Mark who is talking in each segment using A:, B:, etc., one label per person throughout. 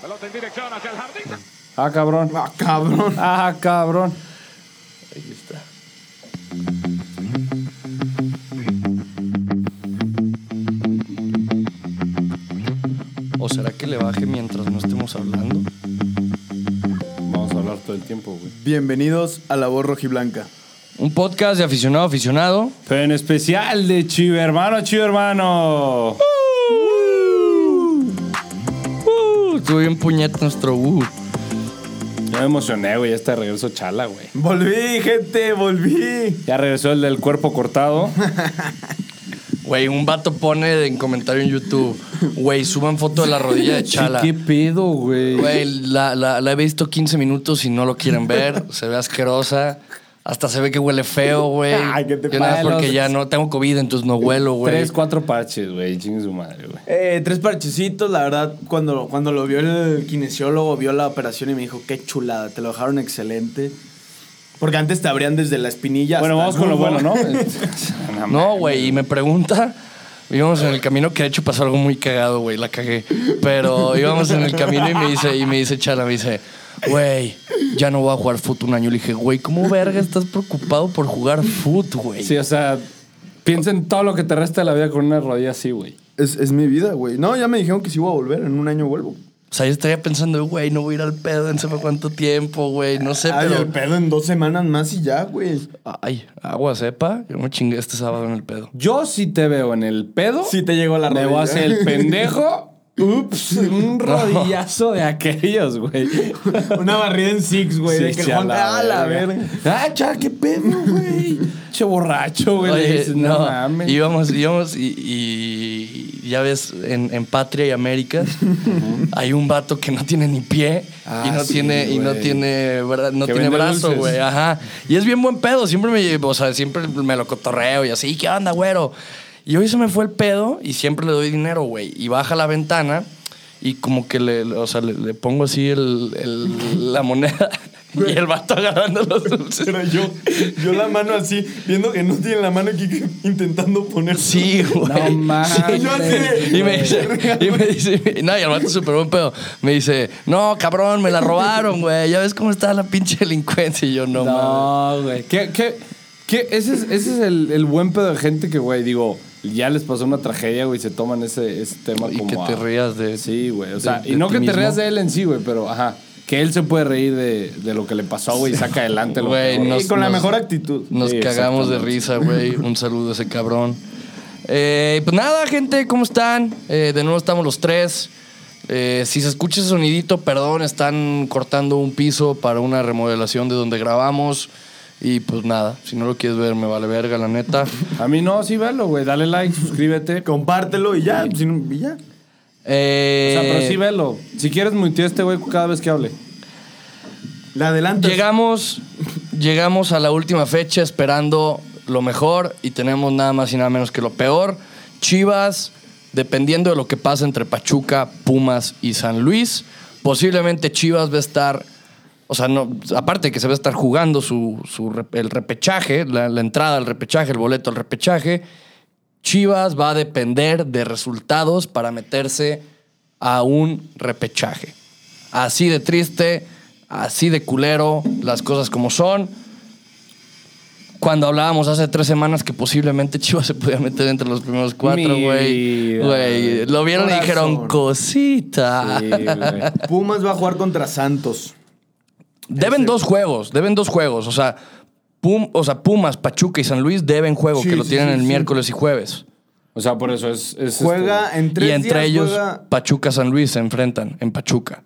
A: pelota en dirección hacia el jardín.
B: Ah, cabrón.
C: Ah, cabrón.
B: Ah, cabrón.
D: Ahí está. ¿O será que le baje mientras no estemos hablando?
E: Vamos a hablar todo el tiempo, güey.
C: Bienvenidos a La Voz Rojiblanca.
D: Un podcast de aficionado a aficionado.
E: Pero en especial de Chivo Hermano, Chivo Hermano.
D: Uh, estuvo bien puñet nuestro uh.
E: Ya me emocioné, güey. Ya está de regreso Chala, güey.
C: Volví, gente, volví.
E: Ya regresó el del cuerpo cortado.
D: Güey, un vato pone en comentario en YouTube, güey, suban foto de la rodilla de Chala.
E: ¿Qué pedo, güey?
D: Güey, la, la- la he visto 15 minutos y no lo quieren ver. Se ve asquerosa. Hasta se ve que huele feo, güey.
E: Ay, ¿qué te
D: Yo nada más
E: pasa?
D: porque ya no tengo COVID, entonces no huelo, güey.
E: Tres, cuatro parches, güey. Chingue su madre, güey.
C: Eh, tres parchecitos, la verdad, cuando, cuando lo vio el kinesiólogo, vio la operación y me dijo, qué chulada, te lo dejaron excelente. Porque antes te abrían desde la espinilla.
E: Bueno,
C: hasta
E: vamos con lo
C: el
E: bueno,
C: muslo.
E: ¿no?
D: No, güey, y me pregunta. Íbamos en el camino, que de hecho pasó algo muy cagado, güey, la cagué. Pero íbamos en el camino y me dice, y me dice Chala, me dice, güey, ya no voy a jugar fútbol un año. Le dije, güey, ¿cómo verga estás preocupado por jugar fútbol, güey?
E: Sí, o sea, piensa en todo lo que te resta de la vida con una rodilla así, güey.
C: es, es mi vida, güey. No, ya me dijeron que sí voy a volver, en un año vuelvo.
D: O sea, yo estaría pensando, güey, no voy a ir al pedo en sepa cuánto tiempo, güey, no sé,
C: Ay,
D: pero...
C: el pedo en dos semanas más y ya, güey.
D: Ay, agua sepa, yo me chingué este sábado en el pedo.
E: Yo sí te veo en el pedo.
C: Sí te llegó la
E: Me
C: rodilla.
E: voy a hacer el pendejo. Ups, un rodillazo de aquellos, güey.
C: Una barrida en six, güey.
E: Sí,
C: de que el
E: sí, a
C: Juan- ah, la
E: verga.
C: verga.
E: Ah, cha, qué pedo, güey. che borracho, güey. Le
D: Oye,
E: dices,
D: no,
E: no, mames.
D: íbamos, íbamos y, y ya ves, en, en Patria y Américas hay un vato que no tiene ni pie y
E: Ah,
D: no
E: sí,
D: tiene y no
E: güey.
D: tiene bra- no
E: Que
D: tiene
E: vende
D: brazo,
E: dulces.
D: güey, ajá. Y es bien buen pedo, siempre me, o sea, siempre me lo cotorreo y así, ¿qué onda, güero? Y hoy se me fue el pedo y siempre le doy dinero, güey, y baja la ventana y como que le, o sea, le, le pongo así el, el- la moneda y el vato agarrando los dulces.
C: Pero yo, yo la mano así, viendo que no tiene la mano aquí, que- intentando poner.
D: Sí, güey.
E: No mames,
D: Sí. Y me dice, y me dice, no, y el vato súper buen pedo. Me dice, no, cabrón, me la robaron, güey. Ya ves cómo está la pinche delincuencia. Y yo, no, mames.
E: No, güey. ¿Qué, qué, qué? Ese es, ese es el, el buen pedo de gente que, güey, digo, ya les pasó una tragedia, güey, se toman ese, ese tema
D: Y
E: como.
D: que te
E: a-
D: rías de-
E: Sí, güey. O sea,
D: de-
E: y
D: de
E: no
D: ti
E: que te
D: mismo.
E: rías de él en sí, güey, pero ajá. Que él se puede reír de, de lo que le pasó, güey, y saca adelante lo
D: Güey,
E: peor.
D: no
C: Y con la
D: nos-
C: mejor actitud.
D: Nos
E: Sí,
D: cagamos de
E: exactamente.
D: risa, güey. Un saludo a ese cabrón. Eh, pues nada, gente, ¿cómo están? Eh, de nuevo estamos los tres. Eh, si se escucha ese sonidito, perdón, están cortando un piso para una remodelación de donde grabamos. Y pues nada, si no lo quieres ver, me vale verga, la neta.
E: A mí no, sí, velo, güey. Dale like, suscríbete.
C: Compártelo y ya. si no- y ya.
D: Eh,
E: O sea, pero sí, velo. Si quieres, mutea a este güey cada vez que hable.
C: La adelantas.
D: Llegamos, llegamos a la última fecha esperando lo mejor y tenemos nada más y nada menos que lo peor. Chivas, dependiendo de lo que pasa entre Pachuca, Pumas y San Luis, posiblemente Chivas va a estar, o sea, no, aparte de que se va a estar jugando su, su re- el repechaje, la, la entrada al repechaje, el boleto al repechaje, Chivas va a depender de resultados para meterse a un repechaje. Así de triste, así de culero, las cosas como son. Cuando hablábamos hace tres semanas que posiblemente Chivas se podía meter entre los primeros cuatro,
E: Mi
D: güey.
E: vida.
D: Güey, lo vieron y
C: Corazón.
D: dijeron, cosita.
E: Sí, güey.
C: Pumas va a jugar contra Santos.
D: Deben dos juegos, deben dos juegos. O sea, Pum- o sea, Pumas, Pachuca y San Luis deben juego,
C: Sí,
D: que lo
C: sí,
D: tienen
C: sí,
D: el
C: sí.
D: miércoles y jueves.
E: O sea, por eso es. es este,
C: Juega en tres
D: y entre
C: días,
D: ellos
C: juega-
D: Pachuca San Luis se enfrentan en Pachuca.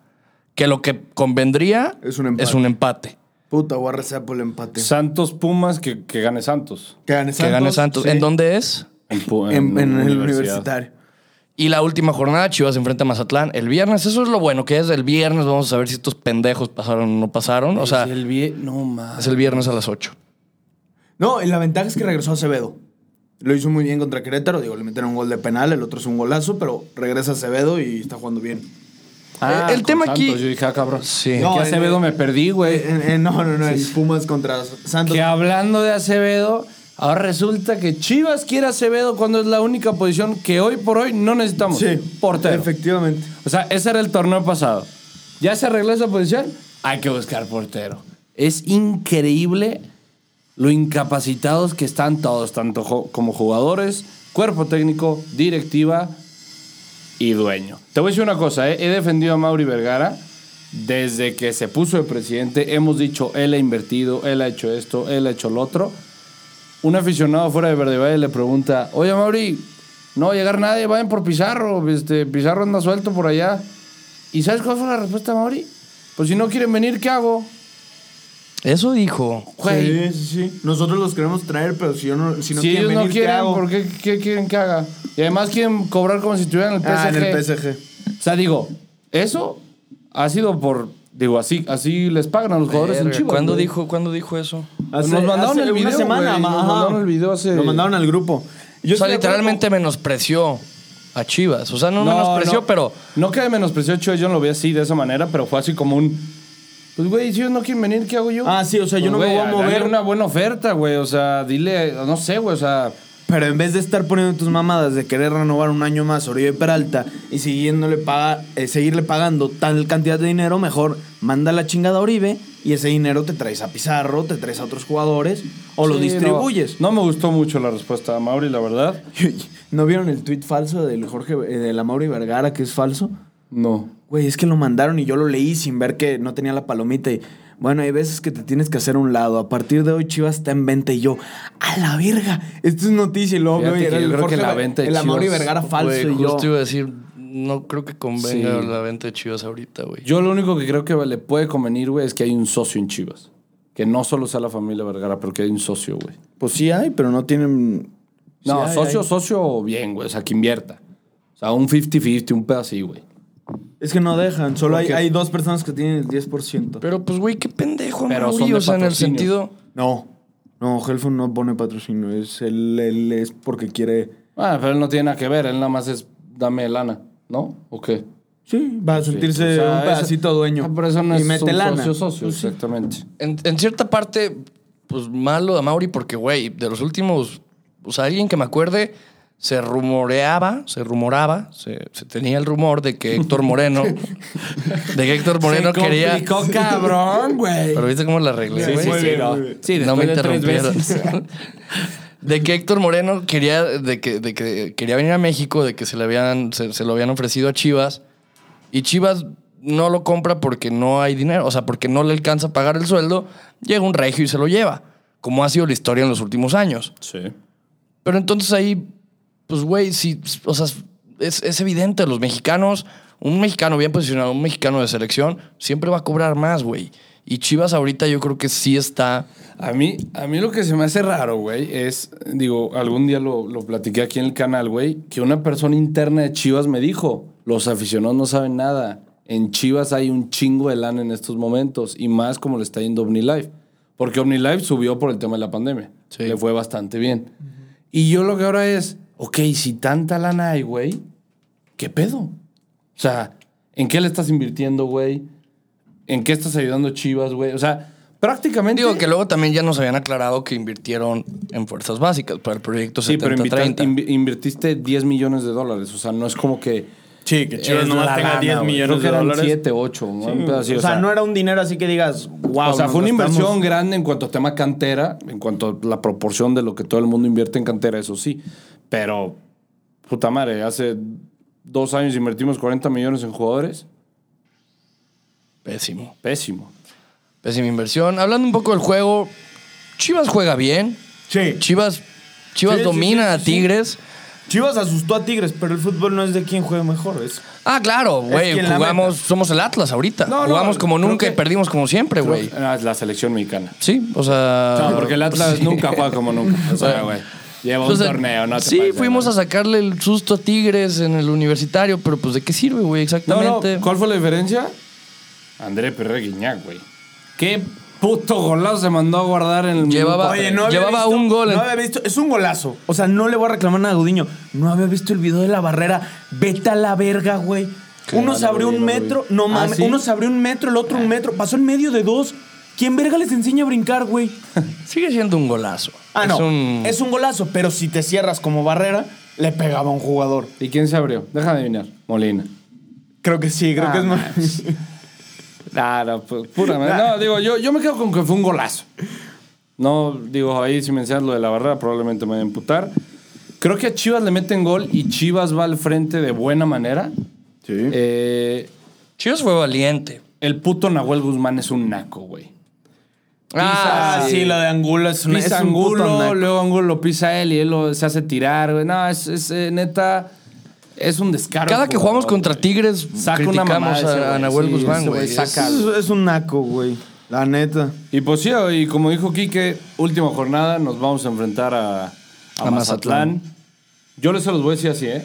D: Que lo que convendría
C: Es un empate.
D: empate.
C: Puta, voy a rezar por el empate.
E: Santos Pumas, que, que gane Santos.
C: que gane
D: que gane Santos.
C: sí.
D: ¿En dónde es?
E: En, Pu-
C: En, en el
E: Universidad.
C: universitario.
D: Y la última jornada, Chivas se enfrenta a Mazatlán el viernes. Eso es lo bueno, que es el viernes. Vamos a saber si estos pendejos pasaron o no pasaron. O sea,
E: Es el vie- No mames.
D: es el viernes a las 8.
C: No, y la ventaja es que regresó Acevedo. Lo hizo muy bien contra Querétaro. Digo, le metieron un gol de penal, el otro es un golazo, pero regresa Acevedo y está jugando bien.
E: Ah,
D: Eh, el
E: con
D: tema aquí-
E: Santos, Yo dije, ah, cabrón.
D: Sí.
E: No,
C: No,
E: que
C: en-
E: Acevedo me perdí, güey.
C: Eh, eh, no, no, no, el Pumas contra Santos.
E: Que hablando de Acevedo, ahora resulta que Chivas quiere Acevedo cuando es la única posición que hoy por hoy no necesitamos.
C: Sí,
E: Portero.
C: Efectivamente.
E: O sea, ese era el torneo pasado. Ya se arregló esa posición, hay que buscar portero. Es increíble lo incapacitados que están todos, tanto jo- como jugadores, cuerpo técnico, directiva y dueño. Te voy a decir una cosa, ¿eh? he defendido a Mauri Vergara desde que se puso de presidente. Hemos dicho, él ha invertido, él ha hecho esto, él ha hecho lo otro. Un aficionado fuera de Verde Valle le pregunta, oye Mauri, no va a llegar nadie, vayan por Pizarro, este, Pizarro anda suelto por allá. ¿Y sabes cuál fue la respuesta, Mauri? Pues si no quieren venir, ¿qué hago?
D: Eso dijo.
E: Güey,
C: Sí, sí, sí. Nosotros los queremos traer, pero si, yo no, si no
E: si
C: quieren
E: ellos
C: venir,
E: no quieren,
C: ¿qué hago?
E: ¿por qué, qué quieren que haga? Y además quieren cobrar como si estuvieran en el PSG.
C: Ah, en el PSG.
E: O sea, digo, eso ha sido por. Digo, así, así les pagan a los jugadores en
D: Verga,
E: Chivas.
D: ¿Cuándo
E: güey.
D: dijo, ¿Cuándo dijo eso?
E: Nos mandaron el video,
C: Una semana,
E: güey, nos
C: ajá.
E: mandaron el video hace-
C: Lo mandaron al grupo. Yo
D: o sea,
C: estoy de
D: literalmente
C: acuerdo
D: menospreció a Chivas. O sea, no, menospreció,
E: no.
D: pero
E: No que menospreció a Chivas, yo no lo vi así de esa manera, pero fue así como un. Pues, güey, si ellos no quieren venir, ¿qué hago yo? Pues,
C: Ah, sí, o sea, yo no me
E: güey,
C: voy a
E: dale
C: mover.
E: una buena oferta, güey. O sea, dile, no sé, güey, o sea.
C: con- Pero en vez de estar poniendo tus mamadas de querer renovar un año más Oribe Peralta y siguiéndole paga, eh, seguirle pagando tal cantidad de dinero, mejor manda la chingada a Oribe y ese dinero te traes a Pizarro, te traes a otros jugadores o lo
E: sí,
C: distribuyes.
E: No, no me gustó mucho la respuesta de Mauri, la verdad.
C: ¿No vieron el tuit falso del Jorge, eh, de la Mauri Vergara que es falso?
E: No.
C: Güey, es que lo mandaron y yo lo leí sin ver que no tenía la palomita. Y bueno, hay veces que te tienes que hacer a un lado. A partir de hoy Chivas está en venta y yo, a la verga. Esto es noticia y luego,
E: Fíjate
C: güey,
E: que
C: era
E: yo
C: el
E: creo
C: Jorge
E: que la
C: Ver-
E: venta de
C: el Amauri
E: Chivas,
C: Vergara falso
D: güey,
C: y yo.
D: justo iba a decir, no creo que convenga
E: Sí.
D: la venta de Chivas ahorita, güey.
E: Yo lo único que creo que le puede convenir, güey, es que hay un socio en Chivas. Que no solo sea la familia Vergara, pero que hay un socio, güey.
C: Pues sí hay, pero no tienen.
E: No,
C: Sí hay,
E: socio,
C: hay.
E: socio, bien, güey. O sea, que invierta. O sea, un 50-50, un pedo así, güey.
C: Es que no dejan, solo hay,
E: Ok.
C: hay dos personas que tienen el 10%.
D: Pero pues, güey, qué pendejo,
E: Pero
D: Mauri.
E: son de
D: O sea, en el
E: patrocinios.
D: sentido...
C: No, no, Helfon no pone patrocinio. Es, él, él es porque quiere.
E: Ah, pero él no tiene nada que ver. Él nada más es dame lana, ¿no? ¿O qué?
C: Sí, va a sentirse
E: O sea,
C: un pedacito
E: eso-
C: dueño.
E: Ah, pero eso no
C: y
E: es
C: mete
E: un
C: lana.
E: socio, socio,
C: Pues sí.
E: exactamente.
D: En, en cierta parte, pues malo de Mauri, porque, güey, de los últimos, o sea, alguien que me acuerde, se rumoreaba, se rumoraba, se, se tenía el rumor de que Héctor Moreno, de que Héctor Moreno
E: Se
D: quería.
E: complicó, cabrón, güey.
D: Pero viste cómo la arreglé,
E: Sí,
D: güey.
E: sí, sí, no. Sí,
D: no me
E: después de tres
D: interrumpieron.
E: veces.
D: De que Héctor Moreno quería, de que, de que quería venir a México, de que se, le habían, se, se lo habían ofrecido a Chivas. Y Chivas no lo compra porque no hay dinero, o sea, porque no le alcanza a pagar el sueldo. Llega un regio y se lo lleva, como ha sido la historia en los últimos años.
E: Sí.
D: Pero entonces ahí, pues, güey, sí, o sea, es, es evidente, los mexicanos, un mexicano bien posicionado, un mexicano de selección, siempre va a cobrar más, güey. Y Chivas ahorita yo creo que sí está...
E: A mí, a mí lo que se me hace raro, güey, es, digo, algún día lo, lo platiqué aquí en el canal, güey, que una persona interna de Chivas me dijo, los aficionados no saben nada. En Chivas hay un chingo de lana en estos momentos y más como le está yendo OmniLife. Porque OmniLife subió por el tema de la pandemia.
D: Sí.
E: Le fue bastante bien. Y yo lo que ahora es, ok, si tanta lana hay, güey, ¿qué pedo? O sea, ¿en qué le estás invirtiendo, güey? ¿En qué estás ayudando a Chivas, güey? O sea, prácticamente...
D: Digo que luego también ya nos habían aclarado que invirtieron en fuerzas básicas para el proyecto
E: Sí, pero invita-
D: 70-30.
E: invi- invertiste 10 millones de dólares. O sea, no es como que.
C: Sí, que Chivas
E: es
C: nomás
E: la
C: tenga
E: lana,
C: 10
E: güey.
C: millones
E: Creo que
C: de
E: eran
C: dólares.
E: 7, 8. ¿no? Un pedo así,
C: o, sea, no era un dinero así que digas, wow.
E: o sea,
C: nos
E: fue una
C: gastamos-
E: inversión grande en cuanto a tema cantera, en cuanto a la proporción de lo que todo el mundo invierte en cantera, eso sí. Pero, puta madre, hace dos años invertimos 40 millones en jugadores.
D: Pésimo.
E: Pésimo.
D: Pésima inversión. Hablando un poco del juego, Chivas juega bien.
C: Sí.
D: Chivas, Chivas
C: Sí, sí,
D: domina
C: sí, sí, sí.
D: a Tigres.
C: Chivas asustó a Tigres, pero el fútbol no es de quién juega mejor. Es...
D: Ah, claro, güey.
C: quien la
D: Jugamos, somos el Atlas ahorita.
E: No, no,
D: jugamos como
E: creo
D: nunca y
E: que-
D: perdimos como siempre, güey.
E: Ah, es la selección mexicana. Ah,
D: Sí, o sea.
E: No, porque el Atlas nunca juega como nunca. O sea, güey. Lleva un
D: O sea,
E: torneo, no te
D: Sí,
E: pases,
D: fuimos
E: güey.
D: a sacarle el susto a Tigres en el universitario, pero pues ¿de qué sirve, güey?
E: No, no,
D: Exactamente.
E: ¿cuál fue la diferencia? André Perre Guiñac, güey. Qué puto golazo se mandó a guardar en el minuto?
D: Llevaba- Oye,
E: Oye,
D: no- Llevaba un gol en-
C: No había visto. Es un golazo. O sea, no le voy a reclamar nada a Gudiño. No había visto el video de la barrera. Vete a la verga, güey.
E: Qué
C: Uno
E: mal,
C: se abrió
E: güey,
C: un
E: no lo vi.
C: metro. No
E: ¿Ah,
C: mames.
E: sí?
C: Uno se abrió un metro, el otro un metro. Pasó en medio de dos. ¿Quién verga les enseña a brincar, güey?
D: Sigue siendo un golazo.
C: Ah,
D: es
C: no.
D: Un...
C: Es un golazo, pero si te cierras como barrera, le pegaba a un jugador.
E: ¿Y quién se abrió? Deja de adivinar. Molina.
C: Creo que sí, creo
E: Ah,
C: que es
E: no.
C: más.
E: Nah, Ah, no, pu- pura madre. No, digo, yo, yo me quedo con que fue un golazo. No, digo, ahí si me enseñas lo de la barrera, probablemente me voy a emputar. Creo que a Chivas le meten gol y Chivas va al frente de buena manera.
A: Sí.
E: Eh,
D: Chivas fue valiente.
E: el puto Nahuel Guzmán es un naco, güey.
C: Ah, sí, lo de Angulo es, una, es
E: Pisa
C: un puto
E: Angulo,
C: naco.
E: luego Angulo lo pisa él y él lo- se hace tirar, güey. No, es, es, eh, neta, es un descaro.
D: Cada que jugamos contra
E: ti
D: Tigres,
E: Saca una mamada
D: criticamos
E: ese
D: a, a
E: güey.
D: Nahuel
E: Sí,
D: Guzmán,
E: ese güey
D: güey.
E: saca.
D: Es-
C: Es, es un naco, güey. La neta.
E: Y pues sí, y como dijo Quique, última jornada, nos vamos a enfrentar a, a
D: A
E: Mazatlán.
D: Mazatlán.
E: Yo les se los voy a decir así, ¿eh?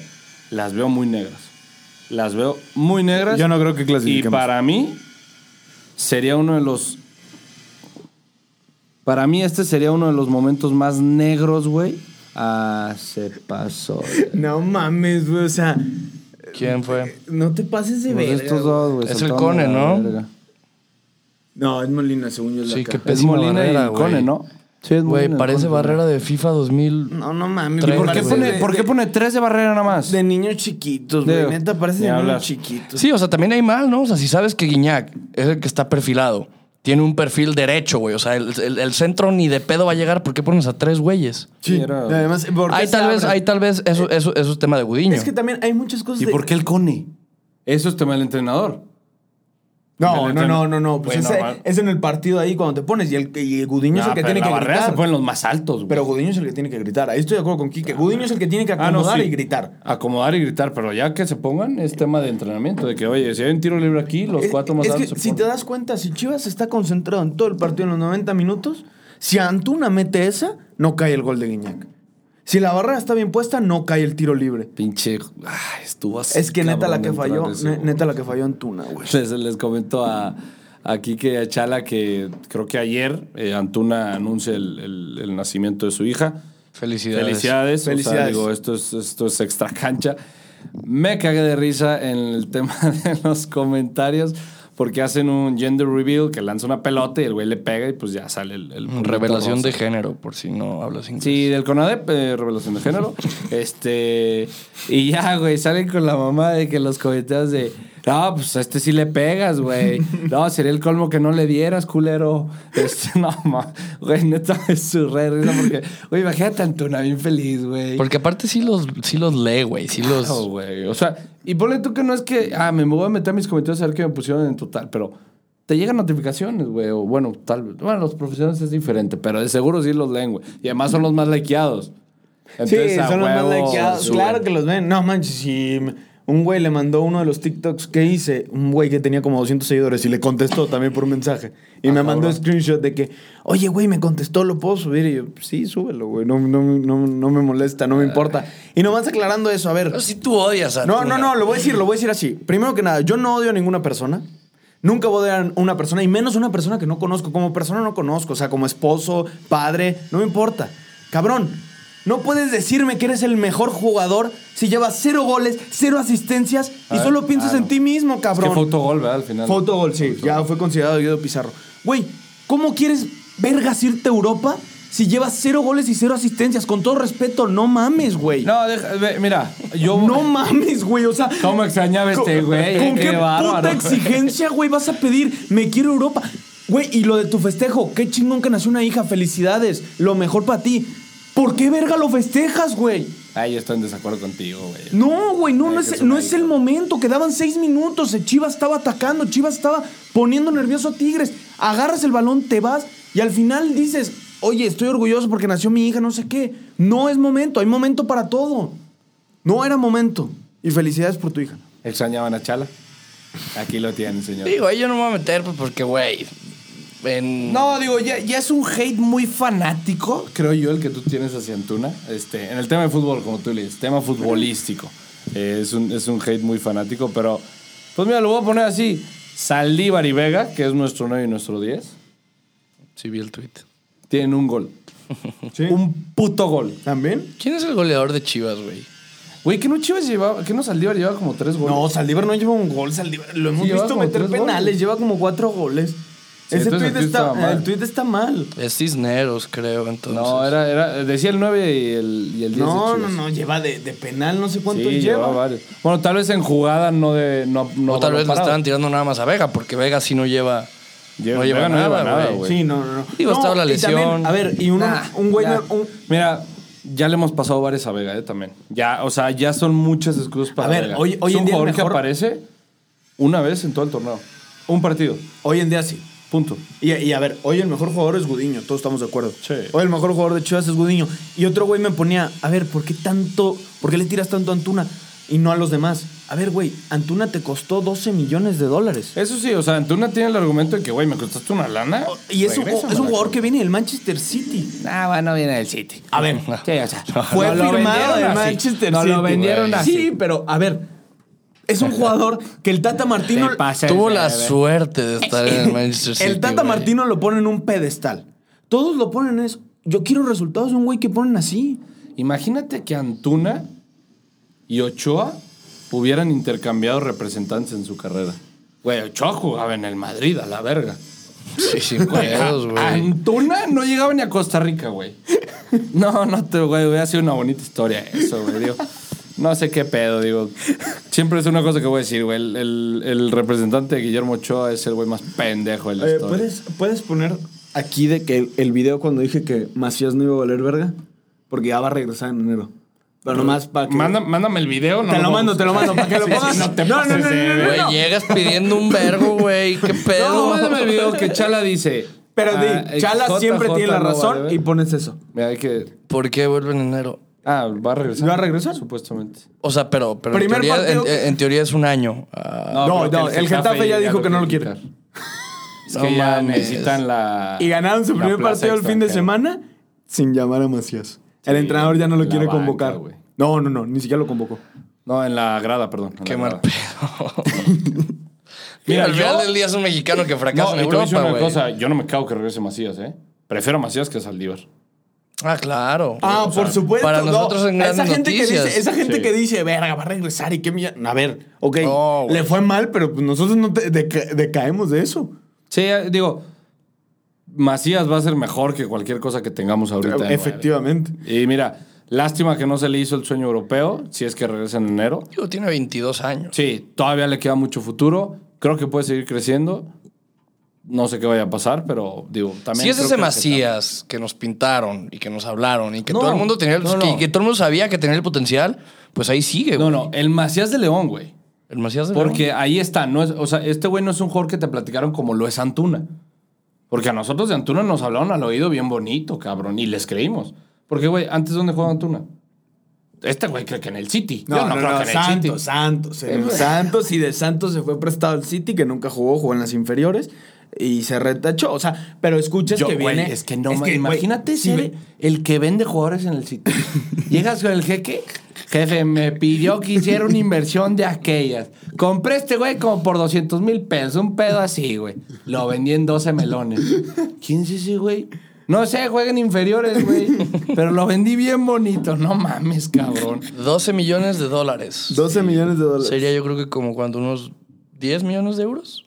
E: Las veo muy negras. Las veo muy negras.
C: Yo no creo que
E: Y
C: clasifiquemos.
E: para mí, sería uno de los. Para mí, este sería uno de los momentos más negros, güey. Ah, se pasó.
C: No mames, güey. O sea,
D: ¿Quién fue?
C: no te pases de
E: Pues
C: verga,
E: estos
C: güey.
E: dos, güey,
D: Es
E: se
D: el
E: toman
D: Cone,
E: a la
D: ¿no?
E: verga.
C: No, es Molina, según yo es la
D: Sí,
C: cara.
D: qué
E: Es
D: Pésima
E: Molina y
D: barrera,
E: el
D: güey.
E: Cone, ¿no? Sí, es
D: Güey,
E: Molina y el
D: parece
E: Cone.
D: barrera de FIFA 2000.
C: No, no mames.
D: Trae,
E: ¿Y por qué,
D: güey.
E: pone, por qué pone tres de barrera nada más?
C: De niños chiquitos, güey.
E: Digo,
C: Neta, parece
E: ni
C: de
E: hablar.
C: niños chiquitos.
D: Sí, o sea, también hay mal, ¿no? O sea, si sabes que Guiñac es el que está perfilado, tiene un perfil derecho, güey. O sea, el, el- el centro ni de pedo va a llegar, ¿por qué pones a tres güeyes?
C: Sí,
E: Sí, era-
C: además, ¿por qué
D: Ahí
C: se
D: tal, vez,
C: abre? Eh,
D: ahí tal vez, eso, eso, eso es tema de Gudiño.
C: Es que también hay muchas cosas.
E: ¿Y
C: de-
E: por qué el Cone? Eso es tema del entrenador.
C: No, no, no, no, no. Pues
E: Bueno,
C: ese-
E: mal.
C: es en el partido ahí cuando te pones. Y el, y el Gudiño es
E: Ah,
C: el que
E: pero
C: tiene
E: la
C: que
E: barrera
C: gritar.
E: se ponen los más altos, güey.
C: Pero Gudiño es el que tiene que gritar. Ahí estoy de acuerdo con
E: Ah,
C: Quique. Gudiño es el que tiene que acomodar
E: sí.
C: y gritar.
E: Acomodar y gritar, pero ya que se pongan es tema de entrenamiento, de que oye, si hay un tiro libre aquí, los
C: Es-
E: cuatro más
C: Eh, es
E: altos
C: que,
E: se
C: si te
E: ponen.
C: das cuenta, si Chivas está concentrado en todo el partido en los 90 minutos, si Antuna mete esa, no cae el gol de Guiñac. Si la barrera está bien puesta, no cae el tiro libre.
E: Pinche, ay, estuvo así.
C: Es que neta
E: cabrón
C: la que
E: entrar
C: falló,
E: ese
C: ne-
E: gol.
C: neta la que falló Antuna, güey.
E: Les, les comento a, aquí que a Chala que creo que ayer eh, Antuna anuncia el, el- el nacimiento de su hija.
D: Felicidades.
E: Felicidades. O sea,
C: Felicidades.
E: digo, esto es, esto es extra cancha. Me cagué de risa en el tema de los comentarios porque hacen un gender reveal que lanza una pelota y el güey le pega y pues ya sale el... el puntito
D: Revelación
E: rosa.
D: de género, por si no hablas inglés.
E: Sí, del CONADEP, eh, revelación de género. este. Y ya, güey, salen con la mamá de que los coheteas de. No, pues a este sí le pegas, güey. No, sería el colmo que no le dieras, culero. Este, no, ma. Güey, neta, me surré de risa porque. Güey, imagínate a Antuna bien feliz, güey.
D: Porque aparte sí los, sí los lee, güey. Sí los...
E: Claro, güey. O sea, y ponle tú que no es que. Ah, me voy a meter a mis comentarios a ver qué me pusieron en total, pero. Te llegan notificaciones, güey. O bueno, tal vez. Bueno, los profesionales es diferente, pero de seguro sí los leen, güey. Y además son los más likeados. Entonces,
C: sí,
E: a
C: son los más
E: huevo
C: likeados.
E: suben.
C: Claro que los ven. No manches, si un güey le mandó uno de los TikToks que hice, un güey que tenía como 200 seguidores y le contestó también por mensaje. Y
E: Ah,
C: me mandó screenshot de que, oye, güey, me contestó, ¿lo puedo subir? Y yo, sí, súbelo, güey, no, no, no, no me molesta, no me importa. Y nomás aclarando eso, a ver.
D: Pero si tú odias a
C: No, no,
D: Antuna.
C: no, lo voy a decir, lo voy a decir así. Primero que nada, yo no odio a ninguna persona. Nunca voy a odiar a una persona, y menos una persona que no conozco. Como persona no conozco, o sea, como esposo, padre, no me importa. Cabrón, no puedes decirme que eres el mejor jugador si llevas cero goles, cero asistencias y
E: Ah,
C: solo piensas
E: ah, no.
C: en ti mismo,
E: Es que
C: cabrón.
E: fue autogol, ¿verdad? Al final.
C: Fue autogol, sí. Ya fue considerado Guido Pizarro. Güey, ¿cómo quieres vergas irte a Europa si llevas cero goles y cero asistencias? Con todo respeto, no mames, güey.
E: No, deja- ve, mira, yo.
C: No mames, güey. O sea.
E: ¿Cómo extrañaba este
C: ¿con-
E: güey?
C: ¿Con
E: Qué
C: qué
E: bárbaro.
C: puta exigencia, güey, vas a pedir? Me quiero Europa. Güey, y lo de tu festejo. Qué chingón que nació una hija. Felicidades. Lo mejor para ti. ¿Por qué verga lo festejas, güey?
E: Ay, yo estoy en desacuerdo contigo, güey.
C: No, güey, no, no,
E: que es
C: es,
E: una
C: no es el
E: hija.
C: momento. Quedaban seis minutos. eh, Chivas estaba atacando. Chivas estaba poniendo nervioso a Tigres. Agarras el balón, te vas y al final dices, oye, estoy orgulloso porque nació mi hija, no sé qué. No es momento. Hay momento para todo. No era momento. Y felicidades por tu hija.
E: Extrañaban a Chala. Aquí lo tienen, señor.
D: Digo, ahí yo no me voy a meter pues, porque, güey... En...
E: No, digo, ya, ya es un hate muy fanático, creo yo, el que tú tienes hacia Antuna. Este, en el tema de fútbol, como tú le dices, tema futbolístico. Eh, es, un, es un hate muy fanático, pero. Pues mira, lo voy a poner así. Saldívar y Vega, que es nuestro 9 y nuestro 10,
D: Sí vi el tweet.
E: tienen un gol. Un puto gol.
C: ¿También?
D: ¿Quién es el goleador de Chivas, güey?
E: Güey, que no Chivas llevaba, que no Saldívar llevaba como tres goles.
C: No, Saldívar no lleva un gol. Saldívar, lo hemos
E: Sí, lleva
C: visto
E: como
C: meter
E: tres
C: penales.
E: goles.
C: Lleva como cuatro goles. Ese
E: entonces
C: tweet
E: el tweet
C: está,
E: estaba mal.
C: el tweet está mal.
D: Es Cisneros, creo, entonces.
E: No, era, era, decía el 9 y el, y el 10 de
C: No, no,
E: Chivas.
C: no, lleva de, de penal, no sé cuánto
E: Sí,
C: lleva.
E: llevaba varios. Bueno, tal vez en jugada no de. No, no
D: o tal vez le
E: parado.
D: estaban tirando nada más a Vega, porque Vega sí no lleva.
E: Lleva-
D: no lleva
E: Vega no lleva
D: nada,
E: nada,
D: güey.
E: güey.
C: Sí, no, no, no.
D: Digo,
C: No,
D: estaba la
C: y también,
D: lesión.
C: a ver, y uno,
E: Nah,
C: un güey.
E: ya.
C: un-
E: Mira, ya le hemos pasado varias a Vega, eh, también. Ya, o sea, ya son muchas excusas para
C: A ver,
E: Vega.
C: hoy- hoy
E: es
C: en
E: un
C: día el
E: jugador que
C: mejor-
E: aparece una vez en todo el torneo. Un partido.
C: hoy en día sí.
E: Punto.
C: Y, y a ver, hoy el mejor jugador es Gudiño, todos estamos de acuerdo.
E: Sí.
C: Hoy el mejor jugador de Chivas es Gudiño. Y otro güey me ponía, a ver, ¿por qué tanto, por qué le tiras tanto a Antuna y no a los demás? A ver, güey, Antuna te costó 12 millones de dólares.
E: Eso sí, o sea, Antuna tiene el argumento de que, güey, me costaste una lana.
C: Y es un, es
E: regrésame
C: un
E: la
C: jugador que
E: cabrón.
C: viene del Manchester City.
E: Ah, bueno, viene del City.
C: A ver,
E: Sí, o sea,
C: fue
E: no lo
C: firmado
E: vendieron
C: del
E: así.
C: Manchester
E: No
C: City.
E: lo vendieron
C: güey.
E: así.
C: Sí, pero a ver, es un jugador que el Tata Martino.
E: Te pasas
D: Tuvo
E: de
D: la
E: ver.
D: suerte de estar en el Manchester City.
C: El Tata
D: güey.
C: Martino lo pone en un pedestal. Todos lo ponen es. Yo quiero resultados de un güey que ponen así.
E: Imagínate que Antuna y Ochoa hubieran intercambiado representantes en su carrera. Güey, Ochoa jugaba en el Madrid, a la verga.
D: Sí, sin pedos, güey.
E: Antuna no llegaba ni a Costa Rica, güey. No, no te, güey, hubiera sido una bonita historia eso, güey. Digo, no sé qué pedo, digo. Siempre es una cosa que voy a decir, güey. El, el- el representante de Guillermo Ochoa es el güey más pendejo de la
C: Oye,
E: historia.
C: Eh, ¿puedes, ¿Puedes poner aquí de que el, el video cuando dije que Macías no iba a valer verga? Porque ya va a regresar en enero. Pero nomás para que.
E: Manda- mándame el video, no
C: te
E: voy
C: lo
E: a
C: mando, te lo
E: buscar.
C: mando, para que lo
E: Sí, sí,
C: pongas.
E: no te
C: no, no,
E: pases
C: no,
E: de eh.
C: no, no,
D: Güey,
C: no.
D: llegas pidiendo un verbo, güey. ¿Qué
E: No,
D: pedo?
E: mándame el video que Chala dice.
C: Pero di,
E: ah,
C: Chala
E: JJ
C: siempre tiene la
E: no
C: razón
E: vale,
C: y pones eso.
E: Mira, hay que.
D: ¿Por qué vuelve en enero?
E: Ah, va a regresar.
C: ¿Va a regresar?
E: Supuestamente.
D: O sea, pero, pero en,
C: Primer
D: teoría,
C: partido
D: en-
C: que-
D: en teoría es un año. Ah,
C: No, no, el Getafe ya dijo que no lo quiere.
E: quitar. Es
D: No
E: que ya
D: mames.
E: necesitan la.
C: Y ganaron su
E: la
C: primer
E: plaza
C: partido el fin de
E: extranjera.
C: semana sin llamar a Macías. el
E: Sí,
C: entrenador ya no lo
E: la
C: quiere
E: banca,
C: convocar.
E: güey.
C: no, no, no, ni siquiera lo convocó.
E: No, en la grada, perdón. en la
D: qué mal
E: grada.
D: pedo.
E: Mira,
D: Mira, al
E: yo-
D: final del día es un mexicano que
E: No,
D: fracasa
E: y
D: en
E: te voy a decir
D: Europa,
E: una
D: güey.
E: cosa. Yo no me cago que regrese Macías, ¿eh? Prefiero a Macías que a Saldívar.
D: Ah, claro.
C: Ah,
D: O sea,
C: por supuesto.
D: Para
C: no.
D: nosotros en
C: esa
D: grandes
C: gente
D: noticias.
C: que dice, esa gente
E: Sí.
C: que dice, verga, va a regresar y qué mierda. A ver, ok,
D: No, güey.
C: le fue mal, pero pues nosotros no te- deca- decaemos de eso.
E: Sí, eh, digo. Macías va a ser mejor que cualquier cosa que tengamos ahorita. en nueve.
C: Efectivamente.
E: Y mira, lástima que no se le hizo el sueño europeo, si es que regresa en enero.
D: Digo, tiene 22 años.
E: Sí, todavía le queda mucho futuro. Creo que puede seguir creciendo. No sé qué vaya a pasar, pero digo, también.
D: Si es
E: creo
D: ese
E: que-
D: Macías que nos pintaron y que nos hablaron y que
E: No,
D: todo el mundo tenía el-
E: no,
D: que,
E: no.
D: que todo el mundo sabía que tenía el potencial, pues ahí sigue, güey.
E: No, no, el Macías de León, güey.
D: El Macías de
E: Porque
D: León.
E: ahí está. No es, o sea, este güey no es un jugador que te platicaron como lo es Antuna. Porque a nosotros de Antuna nos hablaron al oído bien bonito, cabrón, y les creímos. Porque, güey, antes dónde jugaba Antuna. Este güey cree que en el City. Yo no, creo que en el City.
C: Santos, Santos, en el Santos y de Santos se fue prestado al City que nunca jugó, jugó en las inferiores y se retachó, o sea, pero escuchas
E: Yo,
C: que
E: güey,
C: viene
E: es que no ma-
C: güey,
E: Imagínate
C: si
E: ser
C: ve-
E: el que vende jugadores en el sitio. Llegas con el jeque. Jefe, me pidió que hiciera una inversión de aquellas. Compré este güey como por 200 mil pesos. Un pedo así, güey. Lo vendí en 12 melones. ¿Quién es ese güey? No sé, jueguen inferiores, güey. Pero lo vendí bien bonito. No mames, cabrón.
D: 12 millones de dólares.
C: 12 millones de dólares.
D: Sería yo creo que como cuando unos 10 millones de euros.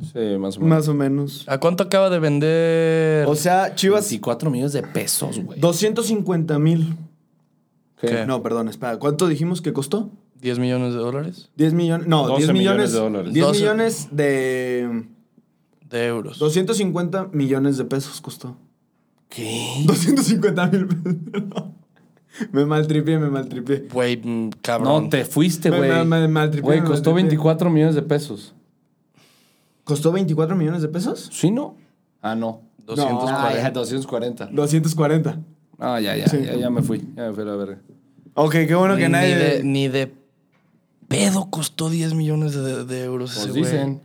E: Sí, más o
C: Más o menos.
D: ¿A cuánto acaba de vender?
C: O sea, Chivas,
E: 24 millones de pesos, güey.
C: 250 mil.
D: ¿Qué?
C: No, perdón, espera, ¿cuánto dijimos que costó?
D: 10 millones de dólares
C: 10 millones. No,
E: 12
C: 10
E: millones
C: millones,
E: de dólares.
C: 10
D: 12.
C: millones de.
D: de euros.
C: 250 millones de pesos costó.
E: ¿Qué?
C: 250 mil pesos. me maltripié, me maltripié.
D: Güey, mm, cabrón.
E: No, te fuiste,
C: Me-
E: güey.
C: me- me maltripié,
E: Güey,
C: me
E: costó
C: maltripié.
E: 24 millones de pesos.
C: ¿Costó 24 millones de pesos?
E: ¿Sí, no? Ah, no.
C: 240.
E: Ah, ya, 240.
C: 240.
E: Ah, ya, ya, ya, ya me fui. Ya me fui a la verga.
C: Ok, qué bueno que nadie.
D: Ni de, ni de pedo costó 10 millones de, de euros
E: Pues
D: ese güey.
E: dicen.